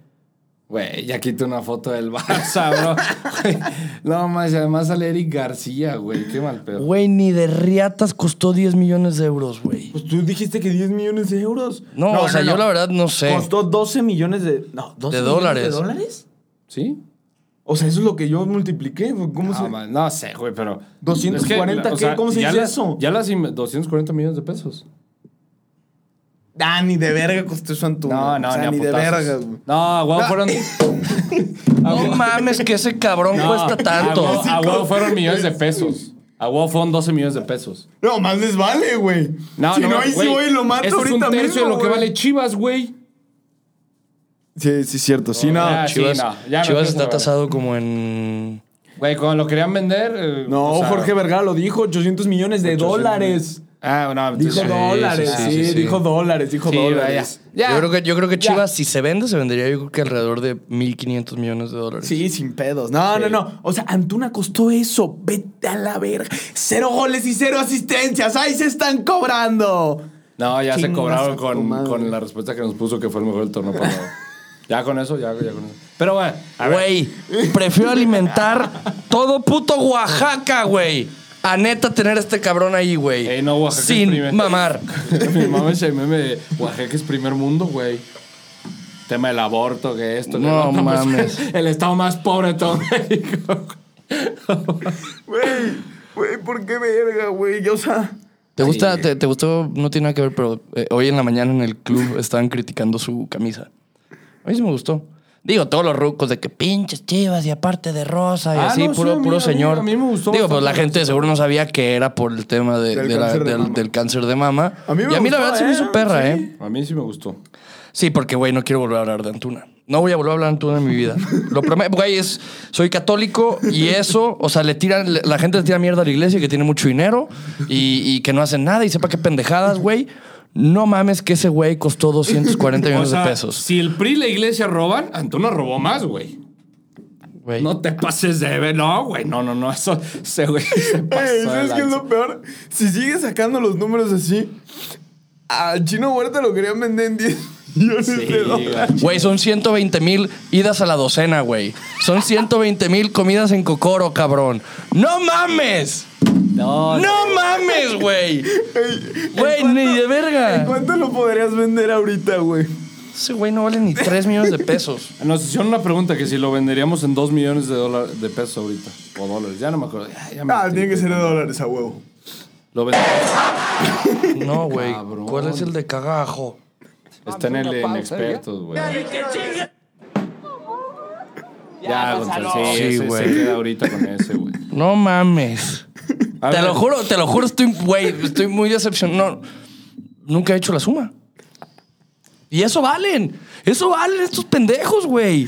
E: Güey, ya quité una foto del Barça, bro. Güey, no, más, y además sale Eric García, güey. Qué mal pedo.
D: Güey, ni de riatas costó 10 millones de euros, güey.
C: Pues tú dijiste que 10 millones de euros.
D: No, o sea, yo la verdad no sé.
C: Costó 12 millones de. No, 12
D: De
C: millones
D: dólares.
C: ¿De dólares?
E: ¿Sí?
C: O sea, eso es lo que yo multipliqué.
E: No,
C: ¿Cómo se.?
E: man, no sé, güey, pero.
C: 240,
E: Es que,
C: ¿qué? ¿Cómo se
E: ya
C: dice
E: las-
C: eso?
E: Ya las. inve- 240 millones de pesos.
C: Ah, ni de verga costó eso Antuna.
E: No, no,
C: o sea,
E: ni,
C: ni,
E: a
C: de
E: putazos.
C: verga, güey.
E: No, güey, fueron.
D: No mames, que ese cabrón cuesta
E: A
D: tanto.
E: huevo- A huevo fueron millones de pesos. A huevo fueron 12 millones de pesos.
C: No, más les vale, güey.
E: No,
C: si no,
E: no,
C: ahí sí
E: güey,
C: voy y lo mato
E: ese
C: ahorita
E: es un tercio
C: mismo,
E: de lo que
C: güey.
E: vale Chivas, güey.
C: Sí, sí, cierto. Sí, no.
E: ya,
D: Chivas,
E: Ah, sí, no, ya no
D: Chivas
E: creo que
D: está
E: se
D: tasado como en.
E: Güey, cuando lo querían vender. eh,
C: No,
E: o sea,
C: Jorge Vergara lo dijo, 800 millones de
E: 800
C: dólares.
E: Ah, no,
C: Dijo
E: sí,
C: dólares, sí,
E: sí, sí, sí.
C: dijo dólares, dijo
E: Sí, güey,
C: dólares.
E: ya. Ya.
D: Yo, creo que, yo creo que
E: Ya.
D: Chivas, si se vende, se vendería yo creo que alrededor de 1.500 millones de dólares.
C: Sí, sin pedos. No, no, no. O sea, Antuna costó eso. Vete a la verga. Cero goles y cero asistencias. Ahí se están cobrando.
E: No, ya se
C: Chingas a
E: cobraron
C: tu
E: con,
C: madre.
E: con la respuesta que nos puso que fue el mejor del torneo pasado. ya con eso, ya, ya con eso. Pero bueno, a ver.
D: Güey, prefiero alimentar todo puto Oaxaca, güey. A neta tener a este cabrón ahí, güey.
E: Ey, no, Oaxaca es
D: Sin
E: primer.
D: mamar.
E: Mi mamá se meme de Oaxaca es primer mundo, güey. Tema del aborto, que esto, que
D: No
E: lo otro, pues,
D: mames.
E: El estado más pobre de todo México.
C: Güey, güey, ¿por qué verga, güey? O sea.
D: ¿Te gusta? Te, te gustó? No tiene nada que ver, pero eh, hoy en la mañana en el club estaban criticando su camisa. A mí sí me gustó. Digo, todos los rucos de que pinches chivas y aparte de rosa y
E: Ah,
D: así,
E: no, sí,
D: puro,
E: a mí-
D: puro
E: a mí-
D: señor.
E: a mí me gustó
D: Digo, pues
E: bastante
D: la gente seguro no sabía que era por el tema de-
C: Del
D: de la-
C: cáncer de
D: del,
C: mama.
D: del cáncer de mama.
C: A mí me
D: y a mí la
C: gustó,
D: verdad se me
C: ¿eh?
D: hizo perra,
C: Sí.
D: ¿eh?
E: A mí sí me gustó.
D: Sí, porque, güey, no quiero volver a hablar de Antuna. No voy a volver a hablar de Antuna en mi vida. Lo prometo, güey, es, soy católico y eso, o sea, le tiran, le- la gente le tira mierda a la iglesia que tiene mucho dinero y, y que no hacen nada y sepa qué pendejadas, güey. No mames que ese güey costó 240 millones de pesos.
E: Si el PRI y la iglesia roban, Antonio robó más, güey.
D: Güey.
E: No te pases de ver. No, güey. No, no, no. Eso, ese güey se pasó.
C: Ey,
E: de
C: ¿Sabes qué es
E: lanza.
C: lo peor? Si sigue sacando los números así, al chino Huerta lo querían vender en 10 millones de
E: Sí, güey.
C: dólares.
D: Güey, son 120 mil idas a la docena, güey. Son 120 mil comidas en Cocoro, cabrón. ¡No mames!
E: No,
D: ¡No mames, güey! Güey, ni de
E: Ah.
C: ¿En
D: verga.
C: cuánto lo podrías vender ahorita, güey?
D: Ese güey no vale ni 3 millones de pesos.
E: Nos hicieron una pregunta que si lo venderíamos en 2 millones de, dólares, de pesos ahorita. O dólares. Ya no me acuerdo. Ya- ya me
C: Ah, tiene que ser de
E: dólares.
C: dólares a huevo.
E: Lo venderíamos.
D: No, güey.
E: Cabrón.
D: ¿Cuál es el de cagajo?
E: Está en el en expertos, güey. Ya, Gonzalo. Sí,
D: Sí,
E: ese
D: güey.
E: se queda ahorita con ese, güey.
D: No mames.
E: A
D: Te
E: ver.
D: lo juro, te lo juro, estoy, güey, estoy muy decepcionado. No, nunca he hecho la suma. Y eso valen. Eso valen estos pendejos, güey.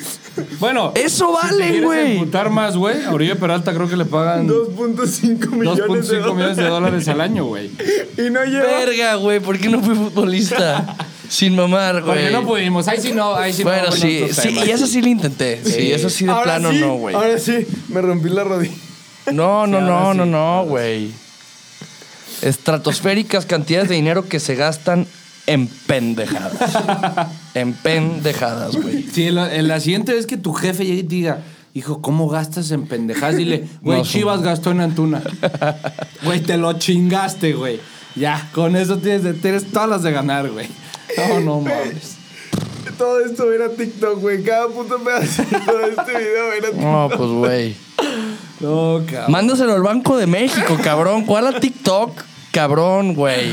E: Bueno.
D: Eso
E: si
D: valen,
E: quieres
D: güey.
E: emputar más, güey. A Oribe Peralta creo que le pagan
C: 2.5 millones, de
E: 2.5 millones de
C: dólares.
E: dólares al año, güey.
C: Y no lleva.
D: Verga, güey, ¿por qué no fui futbolista? Sin mamar,
E: Porque
D: güey.
E: no pudimos. Ahí sí no, ahí sí no.
D: bueno,
E: fue
D: sí,
E: nuestro
D: sí,
E: tema.
D: y eso sí lo intenté. Sí, eso sí de
C: ahora
D: plano
C: sí,
D: no, güey.
C: Ahora sí, me rompí la rodilla.
D: No, no,
E: Sí,
D: no,
E: ahora
D: no,
E: sí,
D: no, güey. Estratosféricas cantidades de dinero que se gastan en pendejadas. en pendejadas, güey.
E: Sí, en la, en la siguiente vez que tu jefe llegue y te diga, hijo, ¿cómo gastas en pendejadas? Dile, güey,
D: No, sí.
E: Chivas gastó en Antuna. Güey, te lo chingaste, güey. Ya, con eso tienes, de- tienes todas las de ganar, güey. No, no mames.
C: Todo esto era TikTok, güey. Cada puto pedacito de este video era TikTok.
D: No, pues, güey.
E: No, cabrón.
D: Mándaselo al Banco de México, cabrón. ¿Cuál a TikTok? Cabrón, güey.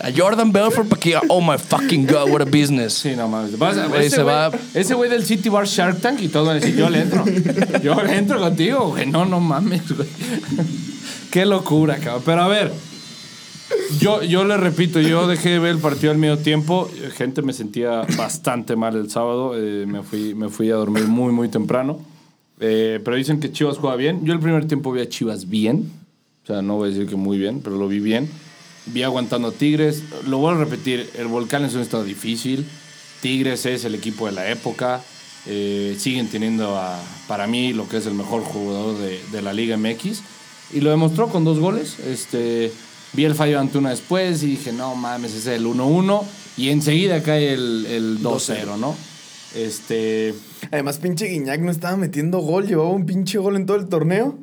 D: A Jordan Belfort para que diga, oh my fucking god, what a business.
E: Sí, no mames. Vas a-
D: Güey,
E: ese,
D: se
E: güey,
D: va-
E: ese güey del City Bar Shark Tank y todo van a decir, yo le entro. Yo le entro contigo, güey. No, no mames, güey. Qué locura, cabrón. Pero a ver, yo, yo le repito, yo dejé de ver el partido al medio tiempo. Gente, me sentía bastante mal el sábado. Eh, me, fui, me fui a dormir muy, muy temprano. Eh, pero dicen que Chivas juega bien. Yo el primer tiempo vi a Chivas bien. O sea, no voy a decir que muy bien, pero lo vi bien. Vi aguantando a Tigres. Lo vuelvo a repetir, el Volcán es un estado difícil. Tigres es el equipo de la época. Eh, siguen teniendo, a, para mí, lo que es el mejor jugador de, de la Liga MX. Y lo demostró con dos goles. Este, vi el fallo de Antuna después y dije, no mames, ese es el 1-1. Y enseguida cae el, el 2-0, ¿no? Este,
C: Además, pinche Guiñac no estaba metiendo gol. Llevaba un pinche gol en todo el torneo.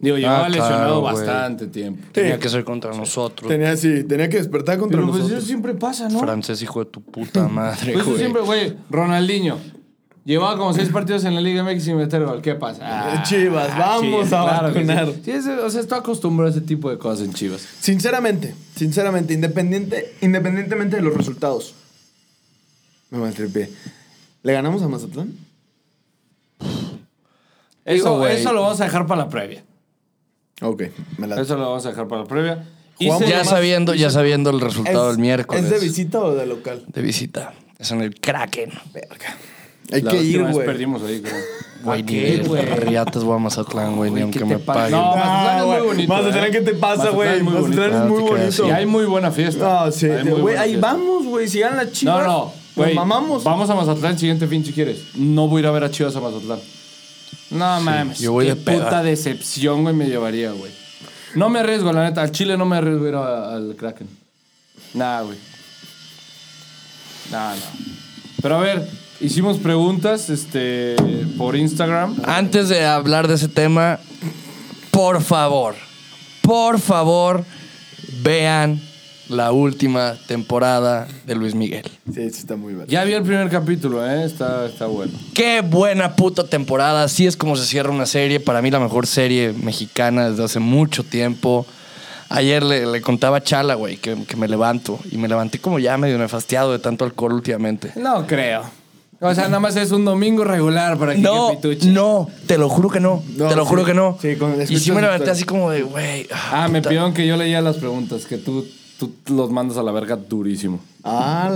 E: digo, llevaba
D: claro,
E: lesionado
D: güey.
E: bastante tiempo.
D: Tenía que ser contra
E: Pues
D: nosotros.
C: Tenía así, tenía que despertar contra
E: Pero pues
C: nosotros.
E: eso siempre pasa, ¿no?
D: Francés, hijo de tu puta madre,
E: Pues eso
D: güey.
E: siempre, güey, Ronaldinho. Llevaba como seis partidos en la Liga MX sin meter gol. ¿Qué pasa? Ah,
C: Chivas, vamos a
E: claro que sí.
C: vacunar.
E: Sí, es- o sea, estoy acostumbrado a ese tipo de cosas en Chivas.
C: Sinceramente, sinceramente, independiente, independientemente de los resultados. Me maltripié. ¿Le ganamos a Mazatlán?
D: Digo,
E: Eso,
D: güey.
E: eso lo vamos a dejar para la previa.
C: Ok, me la
E: Eso lo vamos a dejar para la previa.
C: Jugamos
E: Hice
D: Ya
E: más-
D: sabiendo, ya sabiendo el resultado del miércoles.
C: ¿Es de visita o de local?
D: De visita. Es en el Kraken.
C: Verga. Hay
E: La
C: que
E: última
C: ir,
E: vez
C: güey.
E: perdimos ahí, creo.
D: Güey,
E: ¿A
D: ni
E: qué,
D: de este, riatas voy a Mazatlán, güey, ni
E: Güey,
D: aunque
E: ¿qué
D: me
E: te pasa?
D: paguen.
E: No, Mazatlán
C: Ah,
E: es muy
C: güey.
E: bonito,
C: Mazatlán,
E: ¿eh?
C: ¿qué te pasa,
E: Mazatlán
C: güey?
E: es muy
C: Mazatlán
D: bonito.
C: es muy
D: Ah, te quedas
C: bonito.
E: Y hay muy buena fiesta.
C: Ah, sí.
E: Hay muy
C: Güey,
E: buena
C: ahí
E: fiesta.
C: vamos, güey. Si ganan las chivas,
E: No, no,
C: nos
E: güey.
C: mamamos.
E: Vamos a Mazatlán el siguiente fin si quieres. No voy a ir a ver a Chivas a Mazatlán. No mames.
D: yo voy
E: qué
D: de peda.
E: puta decepción, güey, me llevaría, güey. No me arriesgo, la neta. Al Chile no me arriesgo a ir a- al Kraken. Nah, güey. Nah, no. Pero a ver, hicimos preguntas este, por Instagram.
D: Antes de hablar de ese tema, por favor, por favor, vean la última temporada de Luis Miguel.
C: Sí, sí, está muy bien.
E: Ya vi el primer capítulo, ¿eh? Está, está bueno.
D: Qué buena puta temporada. Así es como se cierra una serie. Para mí, la mejor serie mexicana desde hace mucho tiempo. Ayer le, le contaba a Chala, güey, que, que me levanto. Y me levanté como ya medio nefasteado de tanto alcohol últimamente.
E: No creo. O sea, nada más es un domingo regular para que
D: No, no, te lo juro que no.
C: No,
D: te lo
C: sí.
D: juro que no.
C: Sí, con-
D: y sí
C: escucho
D: me
C: esa
D: levanté
C: historia.
D: así como de, güey.
E: Ah, me
D: puta.
E: pidieron que yo leía las preguntas, que tú, tú los mandas a la verga durísimo.
C: Ah,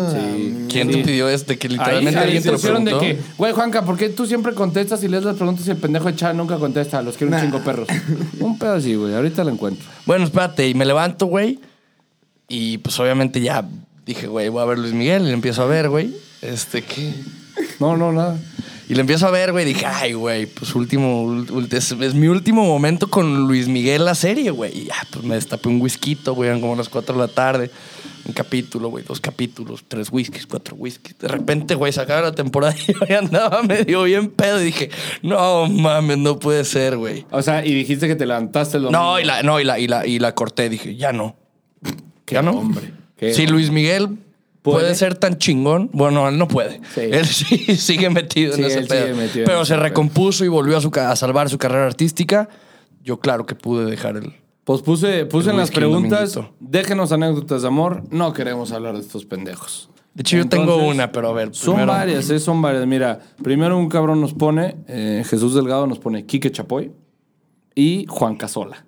D: ¿Quién te pidió este? Que
E: Ahí,
D: literalmente
E: ahí
D: alguien te
E: se
D: lo
E: hicieron
D: preguntó.
E: de que, güey, Juanca, ¿por qué tú siempre contestas y lees las preguntas y el pendejo de Chad nunca contesta? Los quiero un
C: Nah.
E: chingo perros. un pedo así, güey. Ahorita lo encuentro.
D: Bueno, espérate, y me levanto, güey. Y pues obviamente ya dije, güey, voy a ver Luis Miguel. Y le empiezo a ver, güey. Este, ¿qué?
E: No, no, nada.
D: Y le empiezo a ver, güey. Dije, ay, güey, pues último, ul- ul- es, es mi último momento con Luis Miguel la serie, güey. Y ya, pues me destapé un whisky, güey, eran como las 4 de la tarde. Un capítulo, güey, dos capítulos, tres whiskies, cuatro whiskies. De repente, güey, se acaba la temporada y yo ya andaba medio bien pedo. Y dije, no mames, no puede ser, güey.
E: O sea, y dijiste que te levantaste el domingo.
D: No, y la, no, y la, y la, y la corté, dije, ya no.
E: Qué
D: ya no.
E: hombre, qué
D: si
E: hombre.
D: Luis Miguel puede,
E: ¿Puede?
D: ser tan chingón, bueno, él no puede.
E: Sí.
D: Él sí sigue metido
E: Sí,
D: en ese
E: él sigue
D: pedo.
E: metido en
D: Pero
E: ese
D: se
E: pedo.
D: recompuso y volvió a, su, ca- a salvar su carrera artística. Yo claro que pude dejar el...
E: Pues puse, puse
D: El
E: en las
D: whisky
E: preguntas,
D: dominguito.
E: déjenos anécdotas de amor. No queremos hablar de estos pendejos.
D: De hecho, yo tengo
E: Entonces,
D: una, pero a ver.
E: Son
D: primero-
E: varias, eh, son varias. Mira, primero un cabrón nos pone, eh, Jesús Delgado nos pone Quique Chapoy y Juan Casola.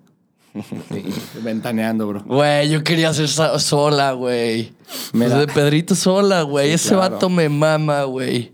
E: Ventaneando, bro.
D: Güey, yo quería ser sa- sola, güey.
E: Mira.
D: Pues de Pedrito sola, güey. Ese
E: claro.
D: vato me mama, güey.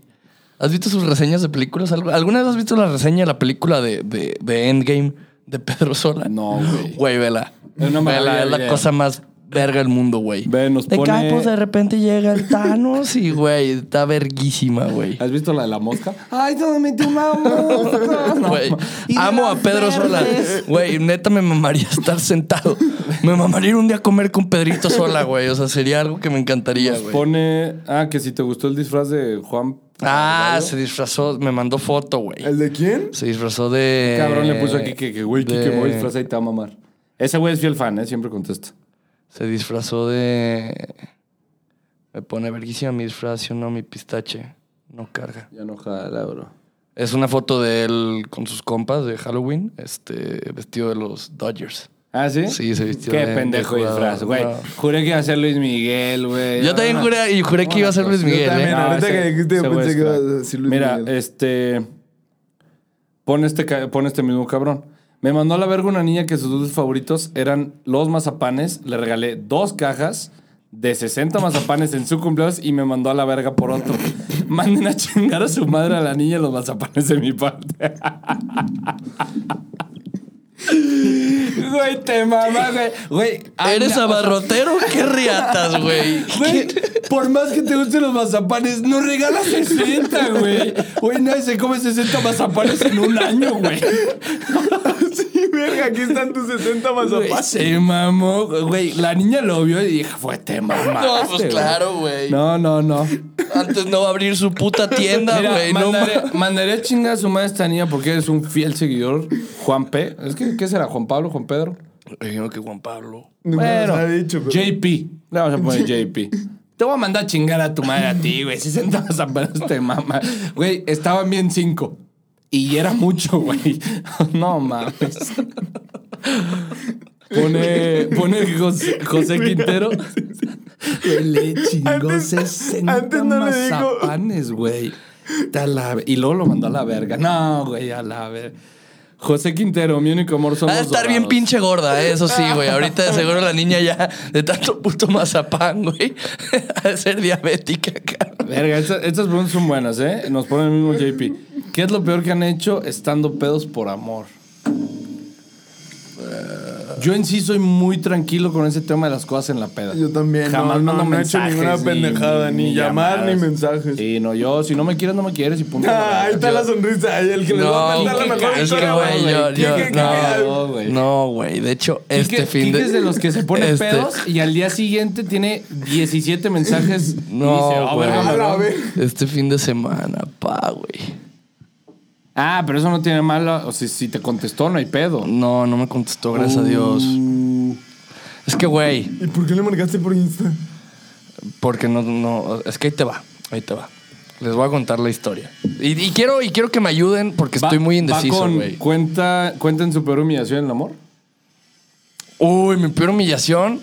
D: ¿Has visto sus reseñas de películas? ¿Algu- ¿Alguna vez has visto la reseña de la película de, de- de Endgame de Pedro Sola?
E: No, güey.
D: Güey, vela.
E: Es una maravilla
D: Vela,
E: de
D: es la
E: video.
D: cosa más verga del mundo, güey.
E: Ve, nos
D: de
E: pone-
D: Capos de repente llega el Thanos y, güey, está verguísima, güey.
E: ¿Has visto la de la mosca? ¡Ay, todo me metió una mosca! No,
D: Güey,
E: ma- Y de
D: amo a
E: las
D: Pedro Sola.
E: verdes.
D: Güey, neta me mamaría estar sentado. Me mamaría ir un día a comer con Pedrito Sola, güey. O sea, sería algo que me encantaría, güey.
E: Pone. Ah, que si te gustó el disfraz de Juan.
D: Ah,
E: Carvalho.
D: se disfrazó, me mandó foto, güey.
C: ¿El de quién?
D: Se disfrazó de.
E: Cabrón le puso aquí que, que, güey, Quique,
D: de-
E: me voy a disfrazar y te va a mamar. Ese güey es fiel fan, ¿eh? Siempre contesta.
D: Se disfrazó de. Me pone verguísima mi disfraz, ¿sí o no, mi pistache. No carga.
E: Ya no jala, bro.
D: Es una foto de él con sus compas de Halloween, este, vestido de los Dodgers.
E: ¿Ah, sí?
D: Sí, se vistió
E: Qué
D: de- de
E: pendejo
D: jugador,
E: disfraz, güey.
D: no.
E: Juré que iba a ser Luis Miguel, güey.
D: Yo también
E: No,
D: juré, y juré que iba a ser Luis Miguel,
C: también,
D: ¿eh?
C: no. ahorita que dijiste, yo
E: güey
C: pensé
E: es
C: que ibas a
E: crack.
C: decir Luis
E: Mira,
C: Miguel.
E: este. Pon este, ca- pon este mismo cabrón. Me mandó a la verga una niña que sus dulces favoritos eran los mazapanes. Le regalé dos cajas de 60 mazapanes en su cumpleaños y me mandó a la verga por otro. Manden a chingar a su madre a la niña los mazapanes de mi parte. Güey, te mamá, güey. Güey,
D: ¿Eres
E: anda-
D: abarrotero? ¿Qué riatas, güey?
E: Güey, por más que te gusten los mazapanes, no regalas 60, güey. Güey, nadie se come 60 mazapanes en un año, güey.
C: Sí, verga, aquí están tus 60
E: Güey, Se mamó, güey. La niña lo vio y dijo, fue te mamaste,
D: No, pues
E: güey".
D: claro, güey.
E: No, no, no.
D: Antes no va a abrir su puta tienda,
E: Mira,
D: güey. No
E: mandaré,
D: ma-
E: mandaré a chingar a su madre esta niña porque eres un fiel seguidor. Juan P. Es que, ¿qué será? ¿Juan Pablo? ¿Juan Pedro?
D: Me Imagino que Juan Pablo.
C: Nunca nos ha dicho, pero-
E: JP. Le vamos a poner JP. Te voy a mandar a chingar a tu madre a ti, güey. Si sentabas apenas te mama. Güey, estaban bien cinco. Y era mucho, güey. No mames. Pone, pone José, José Quintero. Le chingó
C: Antes-
E: 60
C: antes no le dijo.
E: mazapanes, güey. Te a la- Y luego lo mandó a la verga. No, güey, a la verga. José Quintero, mi único amor son
D: Ha de
E: los
D: estar bien
E: dorados.
D: pinche gorda, eh, eso sí, güey. Ahorita de seguro la niña ya de tanto puto mazapán, güey. Ha de ser diabética, cabrón.
E: Verga, esta- estas preguntas son buenas, ¿eh? Nos pone el mismo JP. ¿Qué es lo peor que han hecho estando pedos por amor? Yo en sí soy muy tranquilo con ese tema de las cosas en la peda.
C: Yo también, no, no, no he hecho ninguna pendejada, ni llamar, ni mensajes.
E: Sí, no, yo, si no me quieres, no me quieres y punto.
C: Ah, ahí está
E: Yo-
C: la sonrisa. Ahí el que les va a
D: No,
C: contar la
E: Quique,
C: mejor
E: Quique,
D: es que,
C: historia.
D: güey,
E: güey.
D: yo, yo,
C: Quique,
E: Quique,
D: no,
E: güey.
D: no, güey. De hecho,
E: Quique-
D: este fin
E: Quique
D: de...
E: es de los que se pone
D: este-
E: pedos y al día siguiente tiene 17 mensajes.
D: No,
E: y dice, "Ah,
D: güey.
E: verga, me
C: A la
E: veo".
C: vez.
D: Este fin de semana, pa, güey.
E: Ah, pero eso no tiene malo. O sea, si te contestó, no hay pedo.
D: No, no me contestó, gracias
E: Mm.
D: a Dios. Es que, güey,
C: ¿Y por qué le marcaste por Insta?
D: porque no, no, es que ahí te va, ahí te va. Les voy a contar la historia. Y, y quiero, y quiero que me ayuden porque
E: Va-
D: estoy muy
E: va
D: indeciso,
E: con-
D: güey.
E: Cuenta, cuenta en su peor humillación en el amor.
D: Uy, mi peor humillación,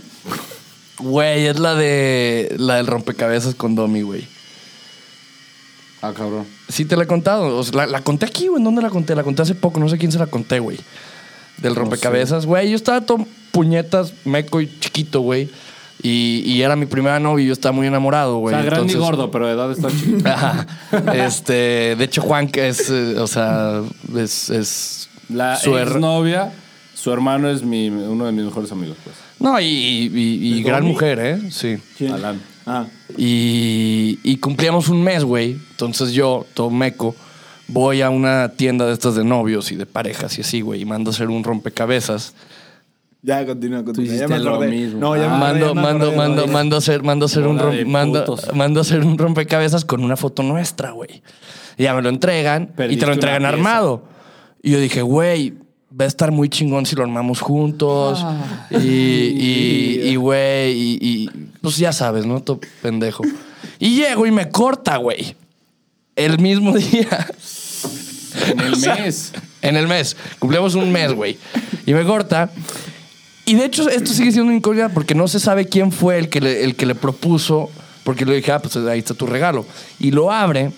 D: güey, es la de la del rompecabezas con Domi, güey.
E: Ah, cabrón.
D: Sí te la he contado. O sea, la, la conté aquí, güey. ¿En dónde la conté? La conté hace poco. No sé quién se la conté, güey. Del rompecabezas. Güey, yo estaba todo puñetas, meco y chiquito, güey. Y, y era mi primera novia y yo estaba muy enamorado, güey.
E: o sea, grande y
D: Entonces-
E: gordo, pero de edad está chiquito.
D: Ajá. Este, de hecho, Juan que es, eh, o sea, es, es
E: La
D: su her-
E: novia, su hermano es mi, uno de mis mejores amigos, pues.
D: No, y, y- y- y
C: ¿De
D: gran
C: Domi?
D: mujer, ¿eh? Sí.
E: Alan.
C: Ah.
D: Y, y cumplíamos un mes, güey. Entonces yo, todo meco, voy a una tienda de estas de novios y de parejas y así, güey. Y mando a hacer un rompecabezas.
C: Ya, continúa, continúa. Ya
E: hiciste
C: me
E: lo
C: acordé.
E: mismo. Ah,
C: No, ya me acordé,
D: mando,
C: ya me
D: mando,
C: acordé,
D: mando,
C: ya me acordé.
D: mando hacer, mando hacer un
E: Bola de
D: rom- mando,
E: putos.
D: mando hacer un rompecabezas con una foto nuestra, güey. Y Ya me lo entregan y
E: Perdiste
D: te lo
E: una
D: entregan
E: pieza.
D: armado. Y yo dije, güey, va a estar muy chingón si lo armamos juntos.
E: Ah.
D: Y, y, y, güey, y, y- pues ya sabes, ¿no? Todo pendejo. Y llego y me corta, güey. El mismo día.
E: En el
D: O sea,
E: mes.
D: En el mes. Cumplimos un mes, güey. Y me corta. Y de hecho, esto sigue siendo una incógnita porque no se sabe quién fue el que le, el que le propuso. Porque le dije, ah, pues ahí está tu regalo. Y lo abre.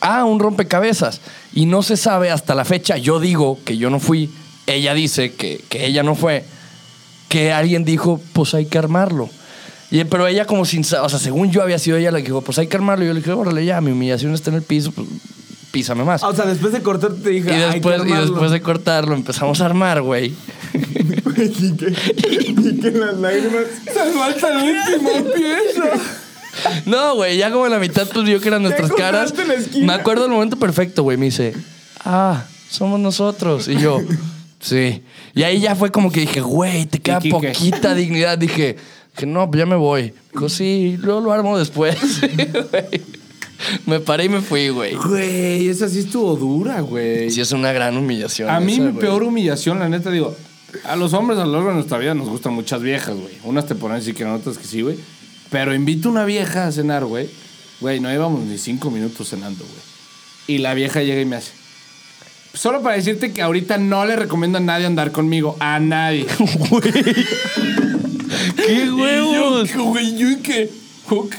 D: Ah, un rompecabezas. Y no se sabe hasta la fecha. Yo digo que yo no fui. Ella dice que, que ella no fue. Que alguien dijo, pues hay que armarlo. Y, pero ella como sin... sa- O sea, según yo había sido ella la que dijo, pues hay que armarlo. Y yo le dije, órale, ya, mi humillación está en el piso. Pues, písame más.
C: Ah, O sea, después de cortarte te dije.
D: Y
C: "Ay,
D: después,
C: qué
D: y
C: malo".
D: después de cortarlo empezamos a armar, güey.
C: y, que, y que las lágrimas.
E: ¡Se falta el último pieza!
D: No, güey, ya como en la mitad pues vio que eran nuestras caras.
C: cortaste la esquina.
D: Me acuerdo del momento perfecto, güey. Me dice, ah, somos nosotros. Y yo, sí. Y ahí ya fue como que dije, güey, te queda
E: Quique.
D: poquita dignidad. Dije, que no, pues ya me voy. Dijo, sí, luego lo armo después. Güey. me paré y me fui, güey.
E: Güey, esa sí estuvo dura, güey.
D: Sí, es una gran humillación.
E: A mí
D: esa,
E: mi
D: güey.
E: peor humillación, la neta, digo, a los hombres a lo largo de nuestra vida nos gustan muchas viejas, güey. Unas te ponen sí que no, otras que sí, güey. Pero invito a una vieja a cenar, güey. Güey, no íbamos ni cinco minutos cenando, güey. Y la vieja llega y me hace. Solo para decirte que ahorita no le recomiendo a nadie andar conmigo. A nadie.
D: ¡Qué huevos!
E: ¿Qué, güey? ¿Yo y qué? Ok.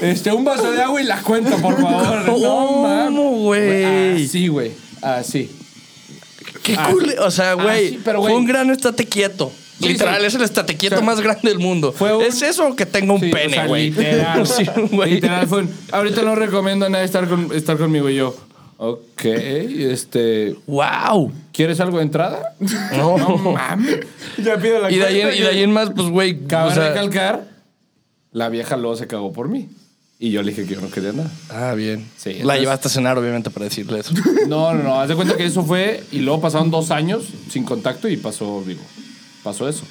E: Este, un vaso de agua y la cuenta, por favor. No,
D: ¿Cómo,
E: mames.
D: güey?
E: Así, güey. Así.
D: Qué
E: Ah,
D: cool. O sea, güey,
E: sí, pero,
D: fue
E: güey.
D: un gran estate quieto.
E: Sí,
D: literal,
E: sí.
D: es el estate quieto
E: O sea,
D: más grande del mundo.
E: fue un-
D: Es eso que tenga un
E: Sí, o
D: pene,
E: sea,
D: güey.
E: literal,
D: Sí, güey.
E: literal fue un, ahorita no recomiendo a nadie estar, con- estar conmigo y yo. Ok, este.
D: Wow.
E: ¿Quieres algo de entrada?
D: No.
E: mames.
C: Ya pido la
D: y, de ahí,
C: cuenta
D: en- y de
C: que-
D: ahí en más, pues, güey.
E: Cabe
D: o sea-
E: recalcar, la vieja luego se cagó por mí. Y yo le dije que yo no quería nada.
D: Ah, bien.
E: Sí,
D: La
E: entonces-
D: llevaste a cenar, obviamente, para decirle eso.
E: No, no, no. Haz de cuenta que eso fue. Y luego pasaron dos años sin contacto y pasó, digo, pasó eso.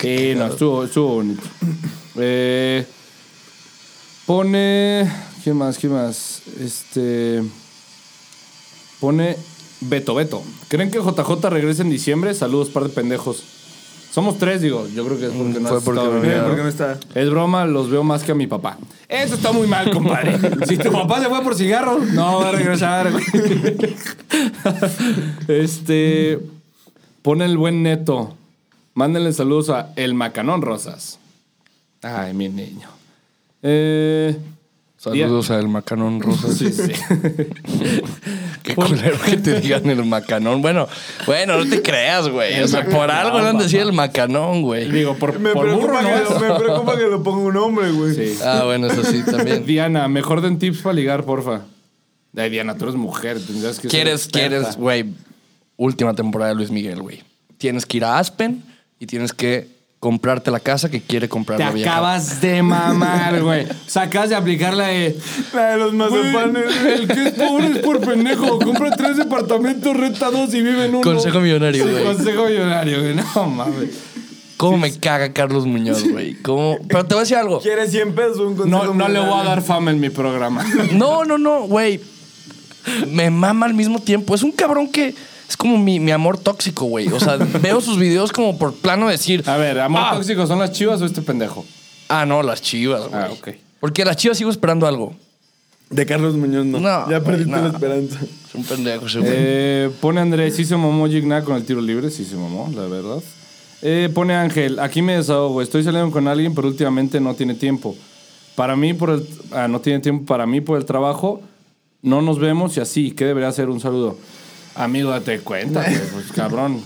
E: Sí, no, estuvo, estuvo bonito. Eh, pone. ¿Quién más? ¿Quién más? Este. Pone Beto Beto. ¿Creen que JJ regrese en diciembre? Saludos, par de pendejos. Somos tres, digo. Yo creo que es porque no
D: Mm, Fue
E: has
D: porque
E: estado viendo.
D: me olvidaron.
C: porque no está.
E: Es broma, los veo más que a mi papá. Eso está muy mal, compadre. si tu papá se fue por cigarros, no va a regresar. este. Pone el buen neto. Mándenle saludos a El Macanón Rosas. Ay, mi niño. Eh,
D: Saludos al Macanón Rosas.
E: sí, sí.
D: Qué culero que te digan el Macanón. Bueno, bueno, no te creas, güey. O sea, por algo le han de decir el Macanón, güey.
E: Digo, por,
C: Me
E: por burro
C: preocupa,
E: no
C: que,
E: es.
C: lo- me preocupa que lo ponga un hombre, güey.
E: Sí.
D: Ah, bueno, eso sí también.
E: Diana, mejor den tips para ligar, porfa. Ay, Diana, tú eres mujer, tendrías que ser
D: Quieres,
E: experta.
D: quieres, güey. Última temporada de Luis Miguel, güey. Tienes que ir a Aspen y tienes que comprarte la casa que quiere comprar
E: Te
D: la vieja.
E: acabas de mamar, güey. Sacas de eh. aplicar la de.
C: La de los mazapanes. güey.
E: el que es pobre es por pendejo. Compra tres departamentos, renta dos y vive en uno.
D: Consejo millonario, güey.
E: Consejo millonario, güey. No mames.
D: ¿Cómo me caga Carlos Muñoz, güey? ¿Cómo? Pero te voy a decir algo.
C: ¿Quieres 100 pesos? Un consejo
E: No, no le voy a
C: millonario.
E: dar fama en mi programa.
D: No, no, no, güey. Me mama al mismo tiempo. Es un cabrón que es como mi, mi amor tóxico, güey. O sea, veo sus videos como por plano decir.
E: A ver, amor
D: ah,
E: tóxico, ¿son las chivas o este pendejo?
D: Ah, no, las chivas, güey.
E: Ah, ok.
D: Porque las chivas sigo esperando algo.
C: De Carlos Muñoz no.
D: No,
C: ya
D: güey,
C: perdiste
D: no.
C: la esperanza.
D: Es un pendejo ese, güey.
E: Eh, pone Andrés, sí se mamó Gignac con el tiro libre, sí se mamó, la verdad. Eh, pone Ángel, aquí me desahogo, estoy saliendo con alguien, pero últimamente no tiene tiempo. Para mí, por el, ah, no tiene tiempo para mí por el trabajo, no nos vemos y así, ¿qué debería ser? Un saludo. Amigo, date cuenta, güey, pues cabrón.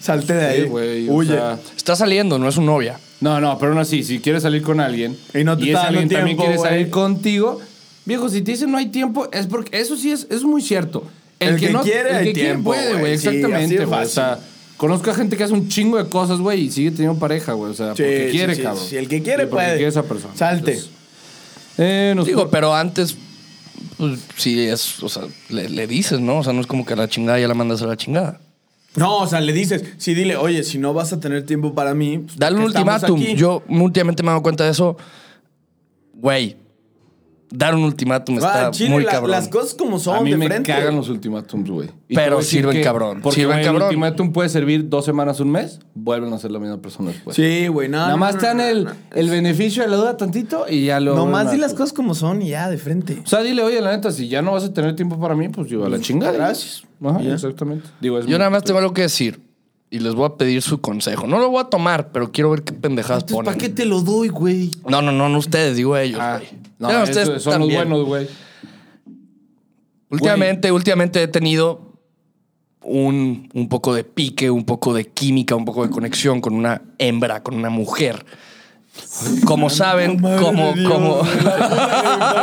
C: Salte de
E: Sí,
C: ahí.
E: güey, o
C: Huye.
E: sea,
D: Está saliendo, no es su novia.
E: no, no, pero aún así, si quieres salir con alguien
C: Y no te
E: ese
C: está dando
E: alguien también
C: tiempo,
E: quiere
C: güey.
E: salir contigo, viejo, si te dicen no hay tiempo, es porque eso sí es, es muy cierto.
C: El que quiere,
E: el
C: hay
E: que quiere
C: tiempo,
E: puede, güey,
C: güey. Sí, así
E: exactamente,
C: de
E: güey. O sea,
C: fácil.
E: conozco a gente que hace un chingo de cosas, güey, y sigue teniendo pareja, güey, o sea,
C: Sí,
E: porque
C: sí,
E: quiere,
C: sí,
E: cabrón.
C: sí, el que quiere
E: Y porque
C: puede.
E: quiere esa persona.
C: Salte.
E: Entonces, eh, nos
D: Digo, pero antes, pues, sí es, o sea, le, le dices, ¿no? O sea, no es como que a la chingada ya la mandas a la chingada.
C: No, o sea, le dices, sí, dile, oye, si no vas a tener tiempo para mí, pues,
D: Dale un
C: que estamos
D: ultimátum.
C: aquí.
D: Yo últimamente me he dado cuenta de eso. Güey, dar un ultimátum
C: Ah,
D: está
C: Chile,
D: muy
C: la-
D: cabrón.
C: las cosas como son,
E: a mí
C: de
E: me
C: frente.
E: cagan los ultimátums, güey. Y te
D: Pero
E: voy a decir
D: sirven
E: que-
D: cabrón,
E: Porque
D: sirven
E: güey,
D: cabrón.
E: el ultimátum puede servir dos semanas, un mes, vuelven a ser la misma persona después.
C: Sí, güey, nada.
E: Nada
C: no,
E: más
C: no,
E: te dan
C: no,
E: el,
C: no.
E: el beneficio de la duda tantito y ya lo. vuelven
C: Nomás
E: a-
C: di las cosas como son y ya, de frente.
E: O sea, dile, oye, la neta, si ya no vas a tener tiempo para mí, pues yo a la chingada.
C: gracias.
E: Ajá,
C: Ya.
E: exactamente. Digo, es
D: Yo
E: mi
D: nada más
E: punto
D: tengo algo que decir. Y les voy a pedir su consejo. No lo voy a tomar, pero quiero ver qué pendejadas
E: de-
D: ponen.
E: ¿Para qué te lo doy, güey?
D: No, no, no, no ustedes, digo ellos,
E: Ah,
D: güey.
E: no,
D: Digan
E: esos
D: ustedes
E: son
D: también.
E: los buenos, güey.
D: Últimamente, últimamente he tenido un, un poco de pique, un poco de química, un poco de conexión con una hembra, con una mujer. Como saben,
C: madre
D: como,
C: de Dios,
D: como,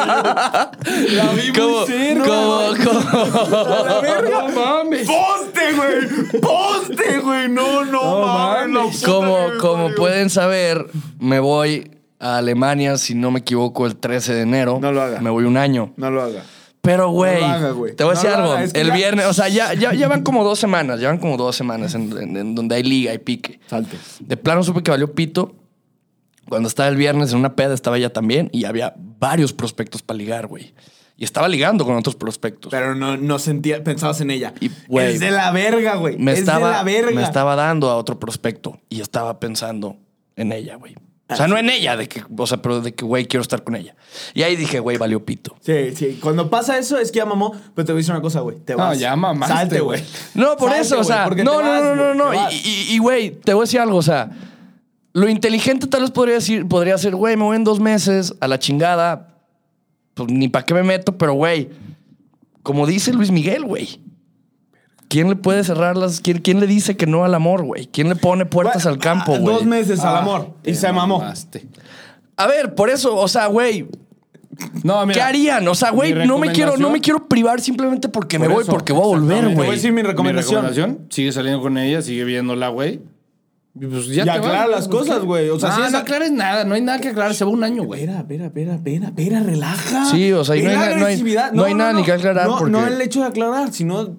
E: La vi
D: como, como, como-
E: No mames.
C: ¡Poste, güey! ¡Poste, güey! No, no,
E: No
C: mames. la
E: mames.
C: puta que
D: como,
C: me
D: como
C: parió.
D: pueden saber, me voy a Alemania, si no me equivoco, el 13 de enero.
C: No lo haga.
D: Me voy un año.
C: No lo haga.
D: Pero, güey,
C: haga, güey.
D: te voy a
C: No
D: decir
C: lo
D: algo.
C: haga, es que
D: el
C: ya-
D: viernes, o sea, ya, ya, ya van como dos semanas, ya van como dos semanas en, en- en donde hay liga, hay pique.
E: Salte.
D: De plano supe que valió pito. Cuando estaba el viernes en una peda, estaba ella también y había varios prospectos para ligar, güey. Y estaba ligando con otros prospectos.
C: Pues, Pero no, no sentía, pensabas en ella.
D: Y, güey,
C: es de la verga, güey.
D: me,
C: es
D: estaba,
C: de la verga.
D: me estaba dando a otro prospecto y estaba pensando en ella, güey. O
C: Ah.
D: sea, no en ella, de que, o sea, pero de que, güey, quiero estar con ella. Y ahí dije, güey, valió pito.
C: Sí, sí. Cuando pasa eso es que ya mamó, pero te voy a decir una cosa, güey. Te
E: No,
C: vas.
E: ya mamaste,
C: Salte,
E: güey.
C: güey.
D: No, por
C: Salte,
D: eso, o
C: güey,
D: sea,
C: porque
D: no,
C: te
D: no,
C: vas,
D: no, no,
C: güey,
D: no,
C: te
D: y-
C: vas.
D: Y, y, güey, te voy a decir algo, o sea, lo inteligente tal vez podría decir, podría ser, güey, me voy en dos meses a la chingada, pues ni para qué me meto, pero güey, como dice Luis Miguel, güey. ¿Quién le puede cerrar las... ¿Quién, quién le dice que no al amor, güey? ¿Quién le pone puertas
C: Güey,
D: al campo,
C: ah,
D: güey?
C: Dos meses al
E: Ah,
C: amor
E: te
C: y se mamó.
E: mamaste.
D: A ver, por eso, o sea, güey,
E: No, mira.
D: ¿qué harían? O sea, güey,
E: mi
D: no me quiero no me
E: recomendación-
D: quiero privar simplemente porque me
E: Por
D: voy,
E: eso,
D: porque voy a volver,
E: exactamente.
C: Te voy a
D: güey.
C: decir mi recomendación.
E: Sigue saliendo con ella, sigue viéndola, güey. Y pues ya
C: Y
E: te
C: aclara
E: vas,
C: las
E: pues,
C: cosas,
E: ¿qué?
C: güey. O sea,
E: no,
C: si es-
E: no aclares nada, no hay nada que aclarar, se va un año, güey.
C: Espera, espera, espera, espera, espera, relaja.
D: Sí, o sea, y no
C: Ve
D: hay
C: la
D: na- no hay-
C: agresividad.
D: no hay nada ni que aclarar
C: No,
D: porque-
C: no el hecho de aclarar, sino